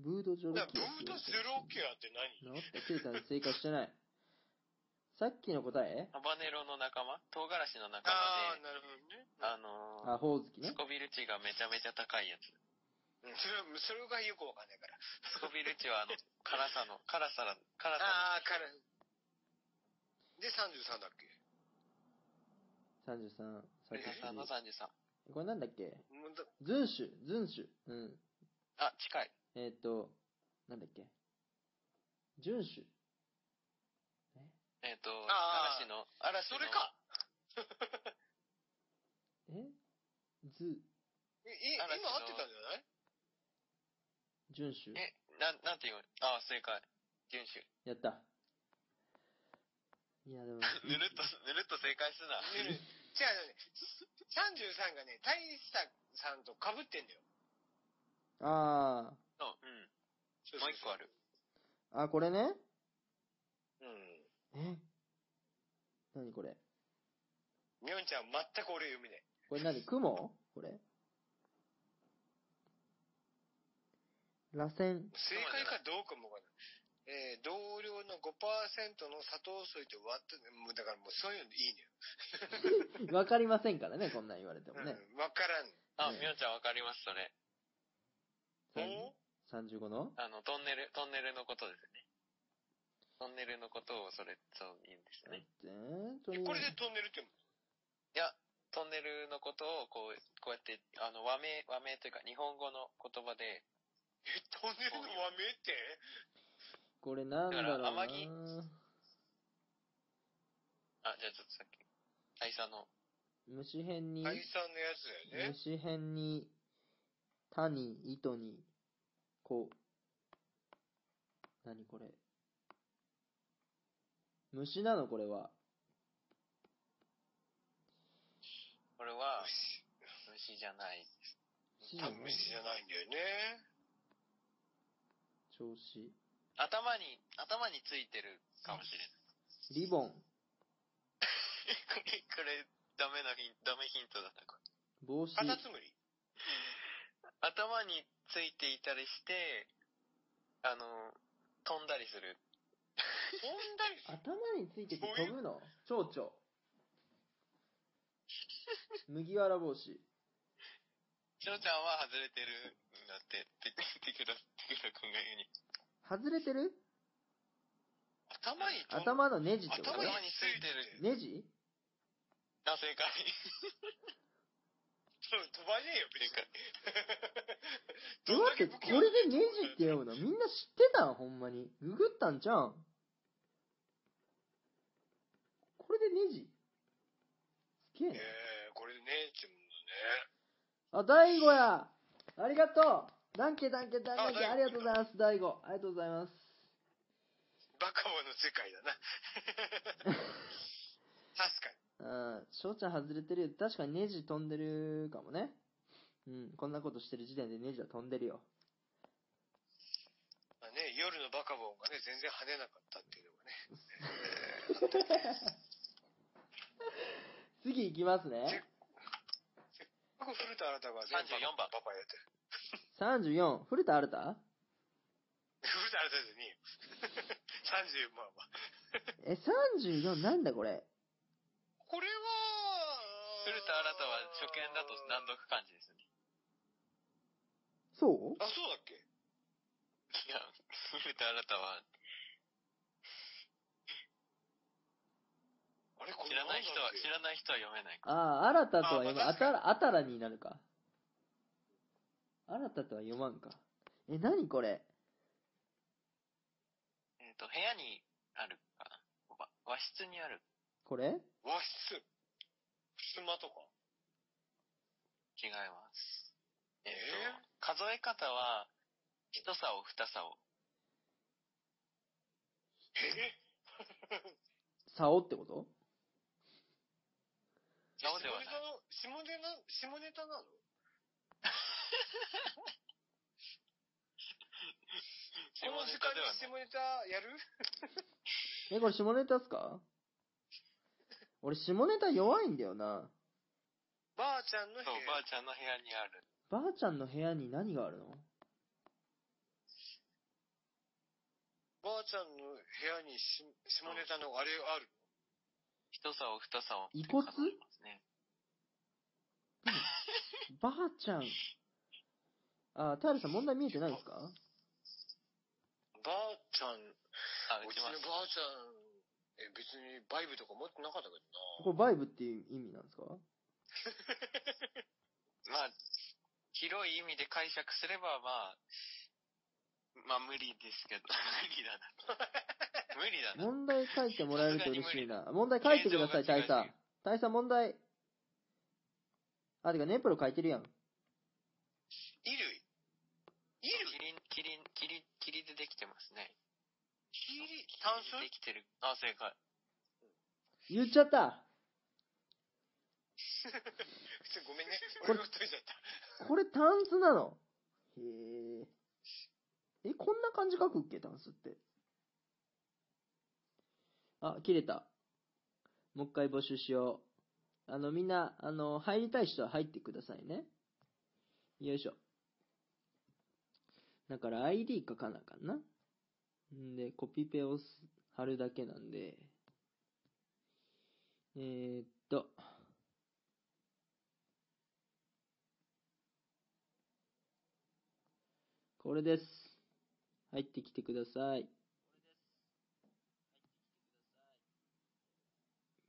ブードジョロ
だ
キ
ブ
ア。
ートジュルキアって何
治った、ケイタ正解してない。さっきの答え
ハバネロの仲間唐辛子の仲
あー、
間で、
なるほどね。
あのー
あ、ほおずきね
ス。コビル値がめちゃめちゃ高いやつ。
うんそれはそれがよくわかんないから。
スコビル値はあの、辛さ の、辛さら、辛さ
ああ、から。で、33だっけ
33、
の、レナさんの
33。
33。
これなんだっけ
もうだ
ズンシュ、ズンシュ。うん。
あ、近い。
えーっ、と、なんだっけ順守。
えっ、と、
あー
嵐の、嵐
そ
の、
れか
えズ、
いい今
嵐の
合ってたんじゃない
順守。
え、なん、なんていうのあー、正解。順守。
やった。いや、でも、
ぬるっと、ぬるっと正解すな。
ねね違う違うね。33がね、大佐さんと被ってんだよ。
あ
そう、うん。もう一個ある。
ー、あ、これね
うん。
え何これ
みょんちゃん、全く俺読めない。
これ何雲これ螺旋。
正解かどうかもわかんない。えー、同僚の5%の砂糖水と割って、もうだからもうそういうのいいね。
わかりませんからね、こんなん言われてもね。
うん、わからん。
あ、
ね
みおんちゃんわかります、それ。
お
三35の
あの、トンネル、トンネルのことですね。トンネルのことを、それ、そう言うんですよね。
えーと
え
りあえず
これでトンネルって、
いや、トンネルのことを、こう、こうやって、あの、和名、和名というか、日本語の言葉で、
え、トンネルの和名って
これなんだろうな
だから天あ、じゃあちょっとさっき、大佐の、
虫編に、
愛さんのやつだよね。
虫編に、他に、糸に、こう。何これ。虫なのこれは。
これは、虫じゃない。
虫
多
なの
分虫じゃないんだよね。
調子。
頭に、頭についてるかもしれない。
リボン。
これ、これ、ダメなヒンダメヒントだな、これ。
帽子。
カタツムリ。
頭についていたりして、あの、飛んだりする。
飛んだりする。
頭についてて飛ぶの蝶 々。麦わら帽子。
しのちゃんは外れてるんだって、て、てくら、てくらくんが言うに。
外れてる
頭に飛ん
頭のネジってこと
頭に
頭についてる。
ネジ
あ、正 解。
飛ばねえよ、別 に。
え、待って、これでネジって読むのみんな知ってたんほんまに。ググったんじゃうん。これでネジすげえ
え
な。
ー、これでね、ちもん
あ、大悟やありがとうダンケダンケダンケ
あ
ありがとうございます、大悟。ありがとうございます。
バカボの世界だな。 確かに。
うん、翔ちゃん外れてるよ。確かにネジ飛んでるかもね。うん、こんなことしてる時点でネジは飛んでるよ。
まあね、夜のバカボンがね、全然跳ねなかったっていうのがね。
次行きますね。
僕、古田新太が全
34番
パパやってる。
34、古田新太
古田新太じゃねえよ。34番は。
え、34なんだこれ。
これは、
古田新太は初見だと難読漢字ですね。
そう
あ、そうだっけ
いや、古田新太は
あれこ
知
れ
らない人は、知
ない。
らない人は読めない。
ああ、新たとは読まん。
あ
あ
まあ
たら、あたらになるか。新たとは読まんか。え、なにこれ
えっ、と、部屋にあるかな。わ和室にある。
これ
和室。襖とか。
違います。えっ、
えー
と、数え方は、一さを二さを。
え
竿ってこと
竿ではない
下ネタの、下ネタなの
下
この
ネ
時
タ
間
で
に
は
下
ない。
ネタやる
え、これ下ネタっすか俺下ネタ弱いんだよな。
ばあちゃんの部
そう、ば
屋。
あちゃんの部屋にある。
ばあちゃんの部屋に何があるの
ばあちゃんの部屋にし下ネタのあれある。
一さを二さを。
遺骨
数えますね
ばあちゃん。あ、タイルさん問題見えてないですか
ばあちゃん、う
あ、打
ち
ちま
の
す。
ばあちゃん、え、別にバイブとか持ってなかった けどな。
これバイブっていう意味なんですか
まあ、広い意味で解釈すれば、まあ、まあ無理ですけど、無理だな。無理だな。
問題書いてもらえると嬉しいな。問題書いてください、大
形状が違
佐
うし。
大佐問題。あ、てかネプロ書いてるやん。
衣類。衣類
キリン、キリン、キリ、キリでできてますね。
衣類タンス
できてる。あ、正解。
言っちゃった。
ごめんね。
こ
俺
れ
が取れちゃった。
これタンスなのへえ。え、こんな感じ書くっけタンスって。あ、切れた。もう一回募集しよう。あの、みんな、あの、入りたい人は入ってくださいね。よいしょ。だから ID 書かなあかんな。んで、コピペをす貼るだけなんで。えー、っと。これです。入ってきてください。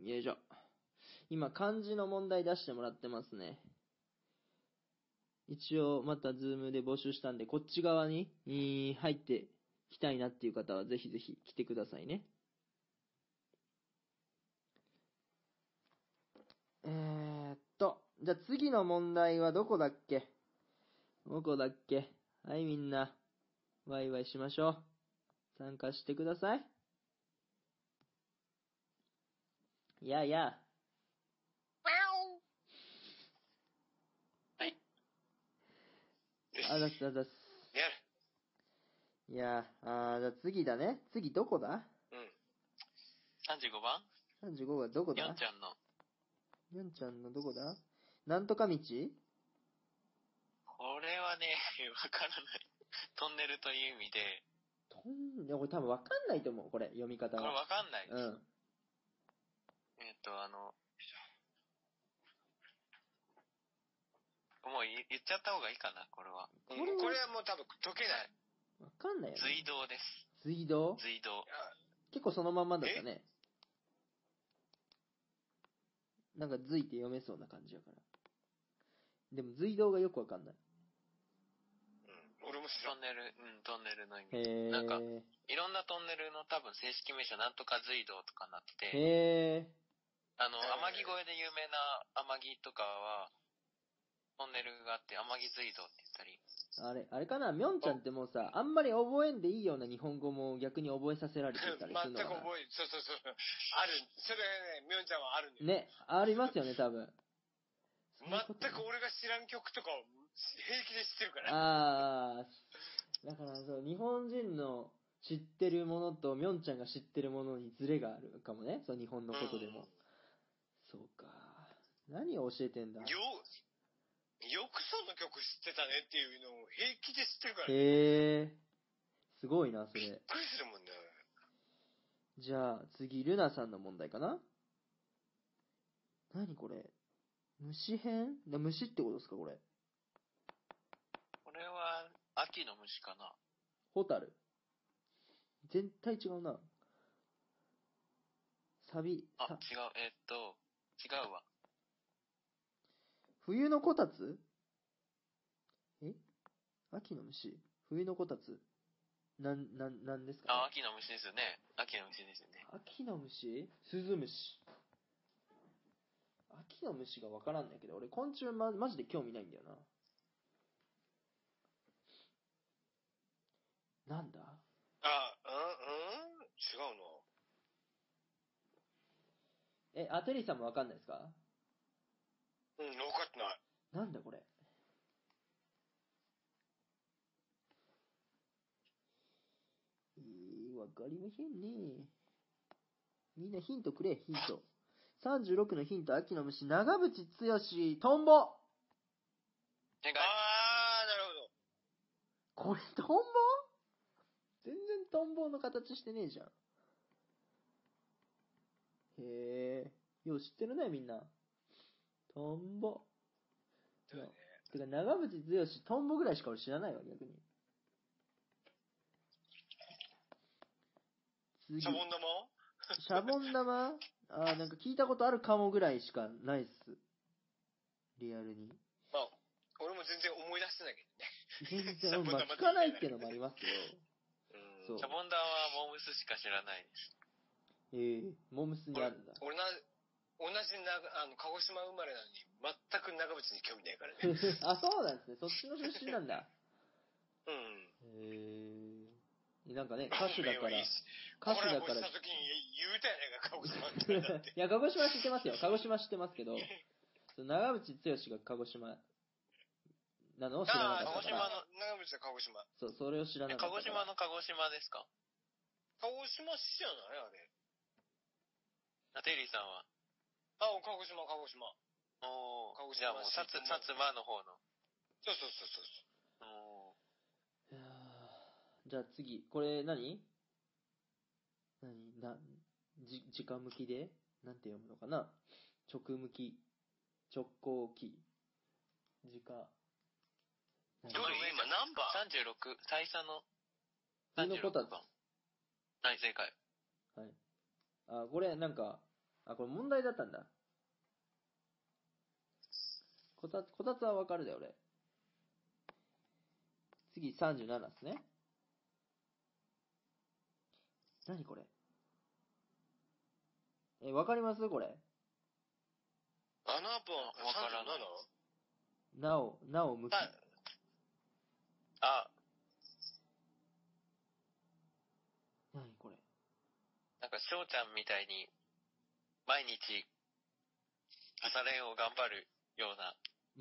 よいしょ。今、漢字の問題出してもらってますね。一応、またズームで募集したんで、こっち側に、えー入ってきたいなっていう方は、ぜひぜひ来てくださいね。えーっと、じゃあ次の問題はどこだっけどこだっけはい、みんな。ワイワイしましょう。参加してください。いやいや。
よし
あざっすあざっす。い
やる。
やー、あーじゃあ次だね。次どこだ
うん。
35番
?35 がどこ
ヨ
だ
ンちゃんの。
にゃんちゃんのどこだなんとか道
これはね、 わからない。トンネルという意味で、
とん、いや、これ多分わかんないと思う、これ、読み方
これ
は。
わかんない。
うん。
えっと、あの、もうい言っちゃった方がいいかな、これは。
こ
うんこ
れ
れはもう多分解けない。
わかんないよね。
随道です。
水道
随道。
結構そのまんまだったね。なんか、随って読めそうな感じやから。でも、随道がよくわかんない。
うん。俺も知らん。
トンネル、うん、トンネルの意味。
へ
なんか
ー。
いろんなトンネルの多分正式名称なんとか随道とかなってて、
へ
あの、
へー
天城越えで有名な天城とかは、トンネルがあって天城随道って言ったり、
ー。あれ、あれかなみょんちゃんってもうさ、あんまり覚えんでいいような日本語も逆に覚えさせられて
全
た
く
りするのかな
覚え、そうそうそう。ある。それね、みょんちゃんはあるんだよ。
ね、ありますよね、多分。そういうこと
全く俺が知らん曲とかを平気で知ってるから。
ああ、だからそう、日本人の知ってるものと、みょんちゃんが知ってるものにズレがあるかもね。そう、日本のことでも。そうか。何を教えてんだ
よ、よくその曲知ってたねっていうのを平気で知ってるから。
へえ、すごいな、そ
びっ
れ。
くりするもんね。
じゃあ、次、ルナさんの問題かな何これ虫編な虫ってことですか、これ。
これは秋の虫かな。
ホタル。全体違うな。サビ、
あ、
さ
違う、えっと、違うわ。
冬のこたつえ秋の虫冬のこたつなん、なん、なんです
あ、
か、
秋の虫ですよね。秋の虫ですよね。
秋の虫スズムシ。秋の虫がわからんだけど、俺昆虫ま、マジで興味ないんだよな。なんだ
あ、うん、うん違うの。
え、アテリさんもわかんないですか
うん、分かってない。
なんだこれえー、わかりませんね。みんなヒントくれ、ヒント。36のヒント、秋の虫、長渕剛、トンボ
あー、な
正解。
るほ
こ
ど。
れ、トンボ全然トンボの形してねえじゃん。へえ、よう知ってるね、みんな。トンボ。
だよね
てか、長渕剛、トンボぐらいしか俺知らないわ、逆に。次、
シャボン玉
シャボン玉あーなんか聞いたことあるかもぐらいしかないっす。リアルに。
まあ、俺も全然思い出してないけ
全然、
シャボ
ま
ン玉
あ、聞かないっていうのもありますよ。そ
どね。うん。
う
シャボンダはモームスしか知らないです。
ええモムスにあるんだ。
俺な、同じなあの鹿児島生まれなのに、全く長渕に興味ないからね。
あ、そうなんですね。そっちの出身なんだ。
うん。
へえ。なんかね、歌手だから、
いいし
歌手だ
コ
か
ラボ
ら。
した時に言うたやないか、鹿児島ってだって。
いや、鹿児島知ってますよ。鹿児島知ってますけど、その長渕剛が鹿児島なのを知らなか
鹿
ったか
児島
ら、
の
長渕は鹿児島。
そう、それを知らな
え
か
鹿
ったから。
児島の鹿児島ですか
鹿児島市じゃないあれ。
あテリーさんは。
あ、鹿児島、鹿児島。
お
鹿
お。
児島
じゃあもう、薩薩摩の方の。
そうそうそうそう。
お
いやーじゃあ次、これ何何な、じ、直向きでなんて読むのかな直向き、直行き、直、何
どれ今何番
36、大佐の
普通のこ
36
とは
番。はい、正解。
はい。あ、これ、なんか、あ、これ問題だったんだ。こた、こたつはわかるだよ、俺。次、37ですね。何これえ、わかりますこれ。
?7 番、
わからない
37?
なお、なお向き。
はいあ、
何これ
なんか、翔ちゃんみたいに、毎日、朝練を頑張るような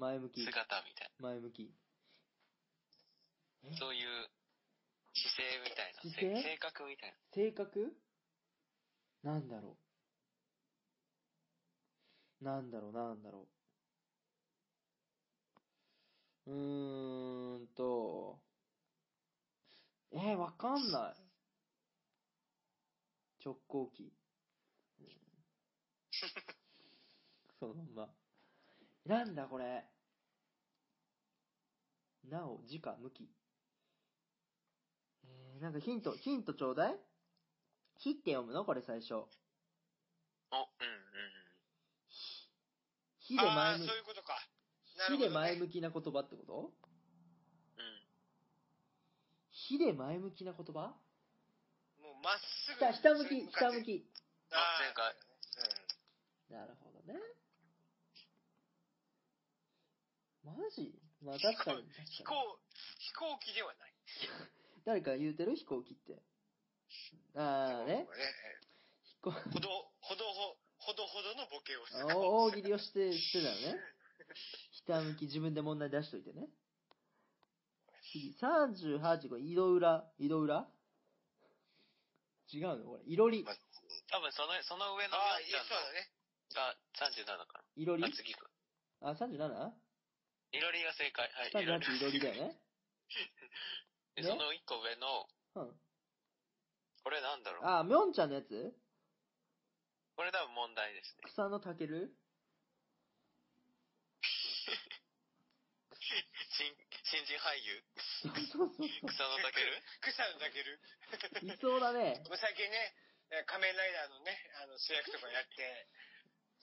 前向き。
姿みたい
前向き。
な。そういう、姿勢みたいな。
姿
せ
勢
性格みたいな。
性格なんだろう。なんだろう、なんだろう。うーんと、えー、わかんない。直行機。うんそのまんま。なんだこれ。なお、時価、向き。えー、なんかヒント、ヒントちょうだい火って読むのこれ最初。
お、うんうんうん。
火で前
ああ、
向
そう
き
いうことか。なる
火
ほ
で
ど、
前
ね。
向きな言葉ってこと
うん。
火で前向きな言葉
もうまっすぐ。
下下向
それ
き
に、向か
下
って
向。き。
あー
正解。
なるほどね。マジまあ確かに。
飛飛
確か
行
に、
飛行機ではない。
誰か言うてる飛行機って。あーね。飛行
ほど、ほどほ、ほどほどのボケをする。
お大喜利をして、してたのね。下向き、自分で問題出しといてね。次、38、これ、井戸裏、井戸裏違うのこれ、いろり、
多分その、その上の
ああ、
み
い
ょん
い
ち
そう
ゃ
ん
の
だね。
が37かな。
いろり
あ、次か。
あ、37?
いろりが正解。はい、いろり
38、いろりだよね。
で
ね
その一個上の、
うん。
これなんだろう。
あ、みょんちゃんのやつ
これ多分問題ですね。
草のたける
新、新人俳優
そうそうそうそ
草野健
草野だけ
う。い
る。
そうだね。
もう最近ね、えー仮面ライダーのね、あの主役とかやって、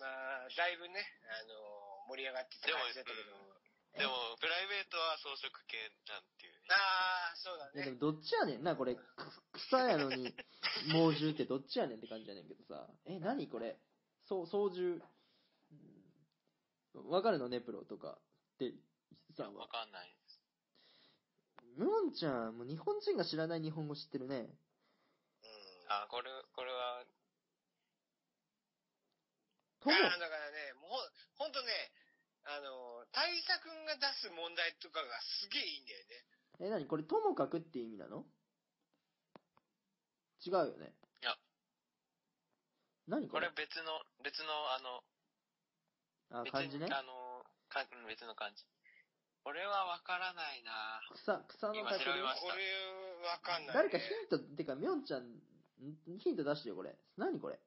まあ、だいぶね、あのー盛り上がってた感じだったけど、
でもでも、プライベートは装飾系なんていうね。
ああ、そうだ
いやで
ね。
もどっちやねんな、これ。く草やのに、猛獣ってどっちやねんって感じやねんけどさ。え、なにこれそう、操縦。うんわかるのね、プロとか。って、さん
わ
は。
かんない。
ムーンちゃん、もう日本人が知らない日本語知ってるね。
うん
あ、これ、これは、
とも、
あーだからね、もうほんほんとね、あのー、大佐くんが出す問題とかがすげえいいんだよ
え、な
ね。
にこれ、ともかくって意味なの違うよね。
いや。
なにこ
これ
れ
別の、別の、
あ、
あの、別
漢字
に
ね。
あの、かうん別の漢字。これはわからないな
草、草の
今
竹
調べ
で
まし
これ、わかんない、
誰
ね。
かヒント、てか、みょんちゃん、んヒント出してよ、これ。何これ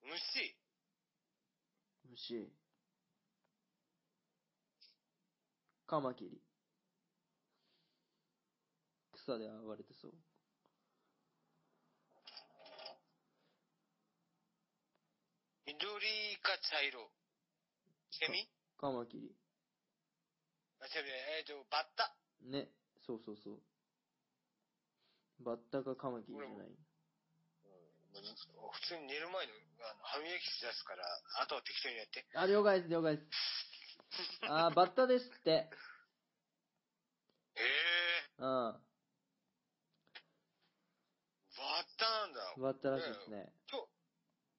虫。
虫。カマキリ。草で暴れてそう。
緑か茶色。セミ
カマキリ。
あ、セミじゃないえっ、と、バッタ。
ね。そうそうそう。バッタかカマキリじゃない。
うん普通に寝る前のあの歯磨きし出すから、あとは適当にやって。
あ、了解です、了解です。あー、バッタですって。
へえ
うん。
ー、バッタ
バッタら
なんだ。
しいですね。
去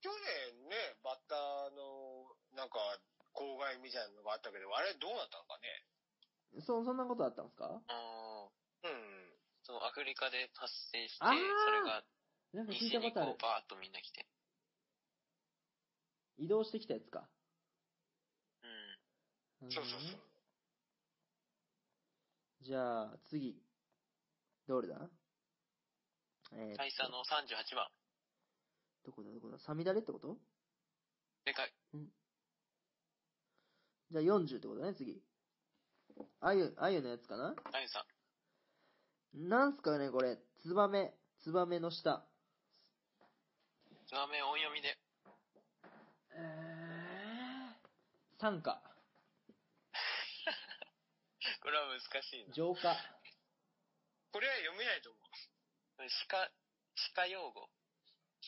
去年ね、バッターの、なんか、公害みたいなのがあったけど、あれどうなったのかね。
そ、そんなことあったんですか
う
ぁ。
ん。
そう、アフリカで発生して、そ
あー
れが
なんか聞い
西
た
に
ことあ
こ
る
う。バーッとみんな来て。
移動してきたやつか。
うん。
そうそ
な
う
るほどね
そう。
じゃあ、次。どれだえー、
大佐。の38番。
どこだどこだサミダレってこと
でかい。
じゃあ40ってことだね、次。あゆ、あゆのやつかな
あゆさん。
なんすかね、これ。ツバメ。ツバメの下。
ツバメ音読みで。
えー、参加。
これは難しいな。
浄化。
これは読めないと思う。
鹿、鹿用語。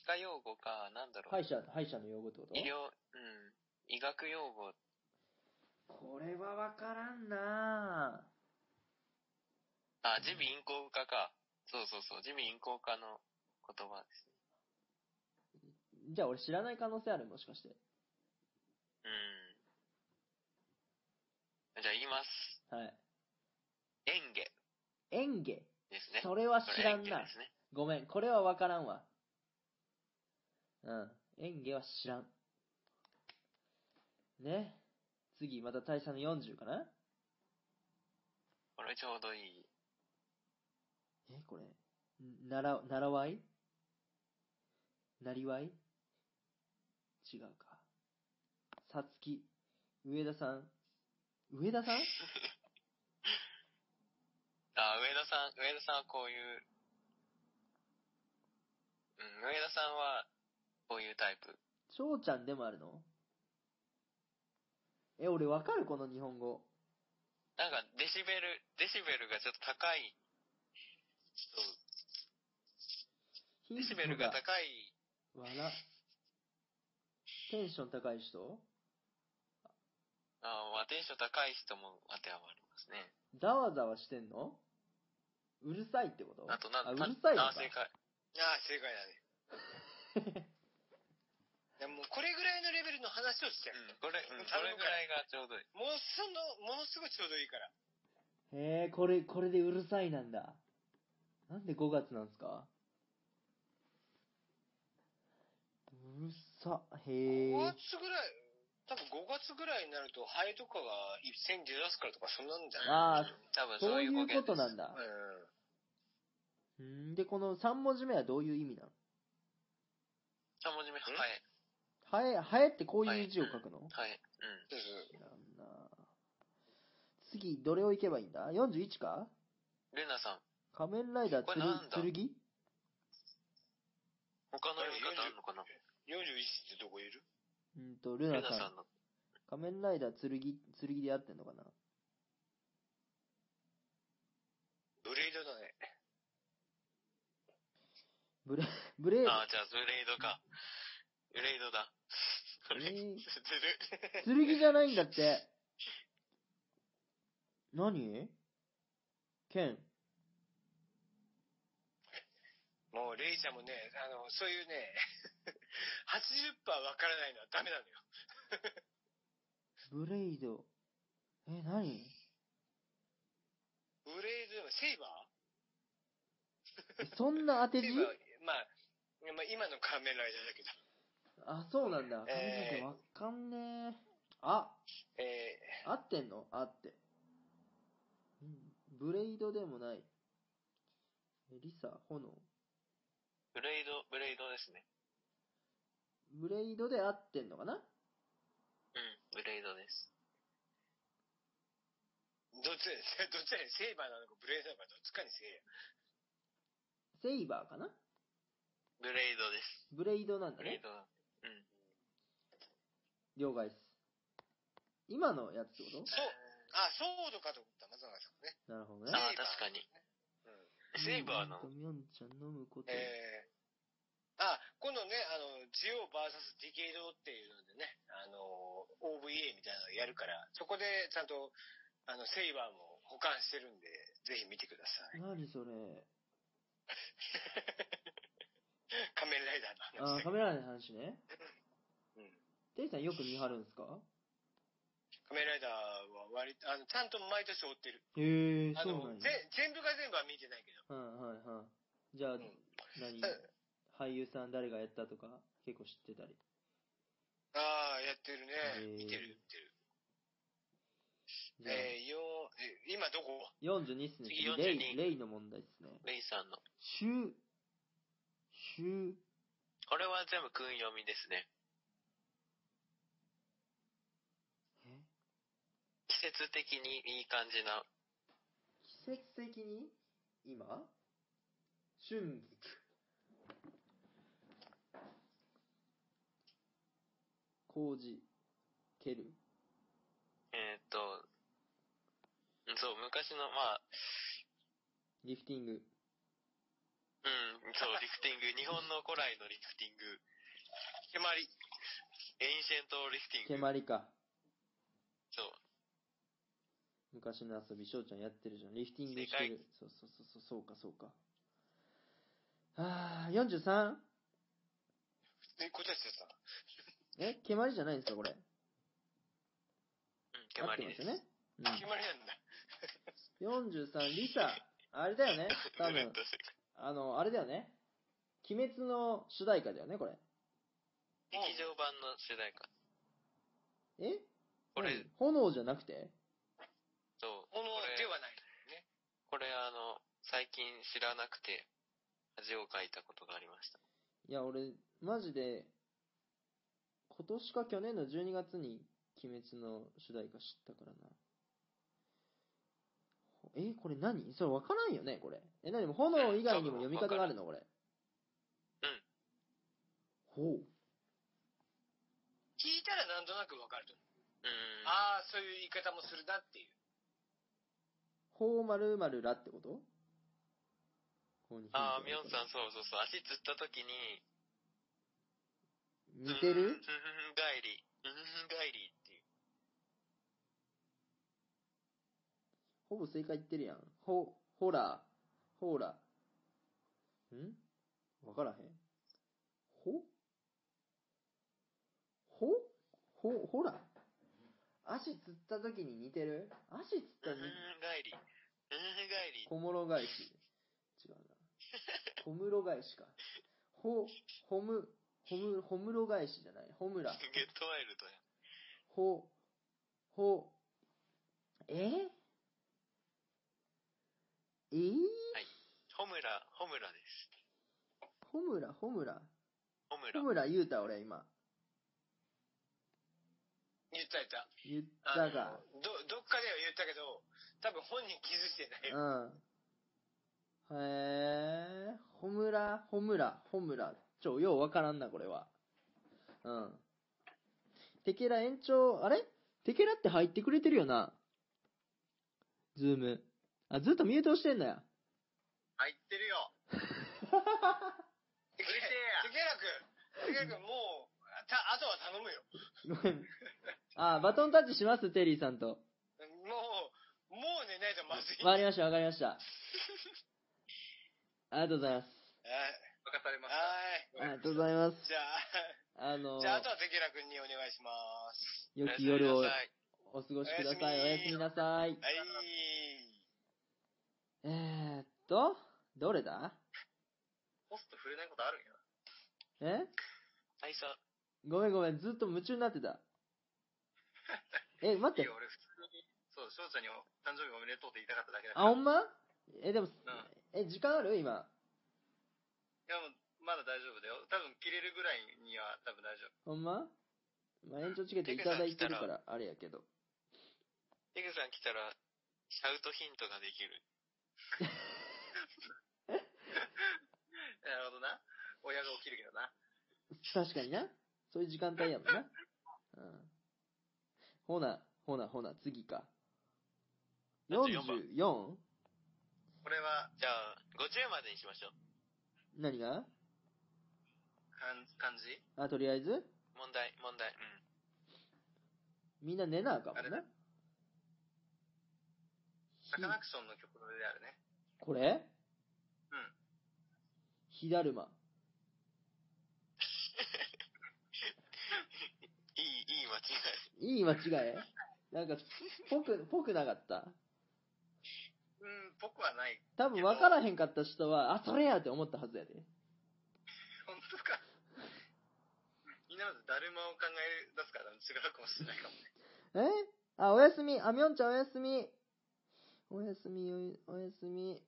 鹿用語か、なんだろう。
歯医者、歯医者の用語ってこと
医療、うん。医学用語。
これはわからんなぁ。
あ、耳鼻咽喉科か。そうそうそう。耳鼻咽喉科の言葉です
じゃあ俺知らない可能性あるもしかして。
ね。うん。じゃあ言います。
はい。
園芸
園芸。
ですね。
それは知らん
これ園
な
芸で。すね。
ごめん、これはわからんわ。うん。園芸は知らん。ね。次、また大佐の40かな
これちょうどいい。
え、これ。んなら、習わいなりわい違うか。さつき。上田さん。上田さん
あ、上田さん、上田さんはこういう、うん、上田さんは、こういうタイプ。
翔ちゃんでもあるのえ、俺わかるこの日本語。
なんか、デシベル、デシベルがちょっと高い、そう
ヒ
デシベルが高い、
わら。テンション高い人
あまあ、テンション高い人も当てはまりますね。
ざわざわしてんのうるさいってこと
あと、なん
あう
た
るさいの
あ
か、
正解。
ああ、正解だね。いやもうこれぐらいのレベルの話をして
う
る、
ん、これ、うん、それぐらいがちょうどいい。
もうその、ものすごいちょうどいいから。
へえ、これ、これでうるさいなんだ。なんで5月なんすかうるさ、へ
5
え。
月ぐらい、多分5月ぐらいになると、ハエとかが一斉に出だすからとか、そんなんじゃない
ああ、
多分
そ
そうう
い
いう
う
語
こ
源
と
です。
なんだ。
うん。
うんで、この3文字目はどういう意味なの
3文字目、はい。
ハエ、ハエってこういう字を書くの、
はい。うん。
そうそう。
知らんな次、どれをいけばいいんだ ?41 か
ルナさん、
仮面ライダー
こ
つ
れなんだ
る剣
他の読み方あるのかな
41ってどこいる
うんと、ルナ
ルナ
さん。
さんの、
仮面ライダー剣、剣でやってんのかな
ブレイドだね。
ブレ、ブレ、
ああ、じゃあ、ブレイドか。ブレイ ドだ。これ、
えー
ず る。
剣じゃないんだって。何剣。
もう、レイちゃんもね、あの、そういうね、80%わからないのはダメなのよ。
ブレイド。え、何
ブレイドでも、セイバー
えそんな当て
セ
字
イバーは、まあ、まあ、今の仮面ライダーだけど。
あ、そうなんだ。
えー
わかんねえ。あ、
え
合ってんの合って。うんブレイドでもない。えリサ、炎。
ブレイド、ブレイドですね。
ブレイドで合ってんのかな
うん、ブレイドです。
ー、どっちだね、 どっちだね、セイバーなのかブレイドなのか、どっちかにせえや。
セイバーかな
ブレイドです。
ブレイドなんだ
ブレイ
ね。
ドだ。うん。
了解っす。今のやつってこ
そう。あ、ソードかと思った、松永さんね。
となるほどね。
ああ、確かに。
うん。
セイバー
う
の
んとみょんちゃん飲むこと。
えー、あ、今度ね、あの、ジオ VS ディケイドっていうのでね、あの、OVA みたいなのやるから、そこでちゃんと、あの、セイバーも保管してるんで、ぜひ見てください。
何それ。
仮面ライダーの
あー、
話だけど
カメラの話ね。
うん
テイさんよく見張るんですか
仮面ライダーは割と、あの、ちゃんと毎年追ってる。
へえ、
あ
そう
の、
なん
ぜ
だ。
全部が全部は見てないけど。
はいはいはい。じゃあ、
うん
何
ただ
俳優さん誰がやったとか結構知ってたり。
ああ、やってる
へー
ね。見てる、見てる。
じゃあ、
えー、よえ今どこ
42っすね。
次
レイ、
42
レイの問題っすね。
レイさんの。
しゅ、しゅ、
これは全部訓読みですね。
え
季節跡的にいい感じな。
奇跡的に今春菊麹蹴る
えーっと、そう、昔の、まあ、
リフティング
うん、 そう、リフティング。日本の古来のリフティング。蹴まり。エンシェントリフティ
蹴
ング。
まりか
そう。
昔の遊び翔ちゃんやってるじゃんリフティングしてるそうそうそうそうそうかそうかああ 43?
え、こっちはしてた。
え蹴まりじゃないんですかこれ
うん、蹴まりです。
合ってます
決まりなんだ。
よね、うん、43リサあれだよね多分あのあれだよね鬼滅の主題歌だよねこれ
劇場版の主題歌。
え
これ
何炎じゃなくて
そう。
もの
これ
ではない。
これあの、最近知らなくて、恥をかいたことがありました。
いや、俺、マジで、今年か去年の12月に、鬼滅の主題歌知ったからな。え、これ何それ分からんよね、これ。え、何も炎以外にも読み方があるの、これ。
うん。
ほ
聞いたらなんとなくわかると思う。
うん。
ああ、そういう言い方もするなっていう。
う。ほうまるまるらってこと
あー、みょんさん、
ん。
そうそうそう。足つった時に、
似て
うん、うん
る
帰り。うん、帰りっていう。
ほぼ正解言ってるやん。ほ、ほら、ほら。んわからへん。ほほほ、ほら。足つった時に似てる足つった
うん、
に、
帰り。うん、帰り。
小室返し。違うな。小室返しか。ほ、ほむ、ほむ、ほむろ返しじゃない。ほむら。
ゲットワイルドや。
ほ、ほ、ええー
ホムラ、ホムラです。
ホムラ、ホムラ。
ホムラ。
ホムラ言うた、俺、今。
言った言った。
言った
あ
か。
のど、どっかでは言ったけど、多分本人気づいてな
うん。
いよ。
へえ、ホムラ、ホムラ、ホムラ。ちょ、ようわからんな、これは。うん。テケラ延長、あれテケラって入ってくれてるよな。ズーム。あ、ずっとミュートしてんだよ。
入っ てるよ。
てけ
うるせえや
てけらくん、てけらくん、もう、た、あとは頼むよ。
ごめん。あ、バトンタッチします、テリーさんと。
もう、もう寝ないとまずい。
わかりました、わかりました。ありがとうございます。
は
任されま
い。
あり
は
がとうございます。
い。じゃ
あの
あ、じゃあ、あとはテケラくんにお願いします。
良き夜を
おやすみなさい
お過ごしください。お
お
や
や
す
す
み
み
なさい。
はい。
えーっと、どれだ
ポスト触れないことあるんや。
え
最初。
ごめんごめん、ずっと夢中になってた。え、待って、
俺普通に。そう、翔ちゃんに誕生日おめでとうって言いたかっただけだ
あ、ほんまえ、でも、
ん
え、時間ある今。
いや、もうまだ大丈夫だよ。多分切れるぐらいには多分大丈
ほ
夫。
んままあ、延長チケットいただいてるから、あれやけど。
テグさん来たら、シャウトヒントができる。なるほどな。親が起きるけどな。
確かにな。そういう時間帯やもんな。うん。ほな、ほな、ほな、次か。
44
44?
これは、じゃあ、50までにしましょう。
何が
かん漢字
あ、とりあえず
問題、問題。うん。
みんな寝なあかんもん
あ
な。
サカナクションの曲であるね。
これ
うん。
火だるま。
いい、いい間違 い。
いい間違えなんか、ぽく、ぽくなかった。
うん、僕はない。
多分分からへんかった人は、あ、それやって思ったはずやで。
本当か。みんなまずだるまを考え出すから違うかもしれないかもね。
えあ、おやすみ。あ、みょんちゃんおやすみ。おやすみ、おやおやすみ。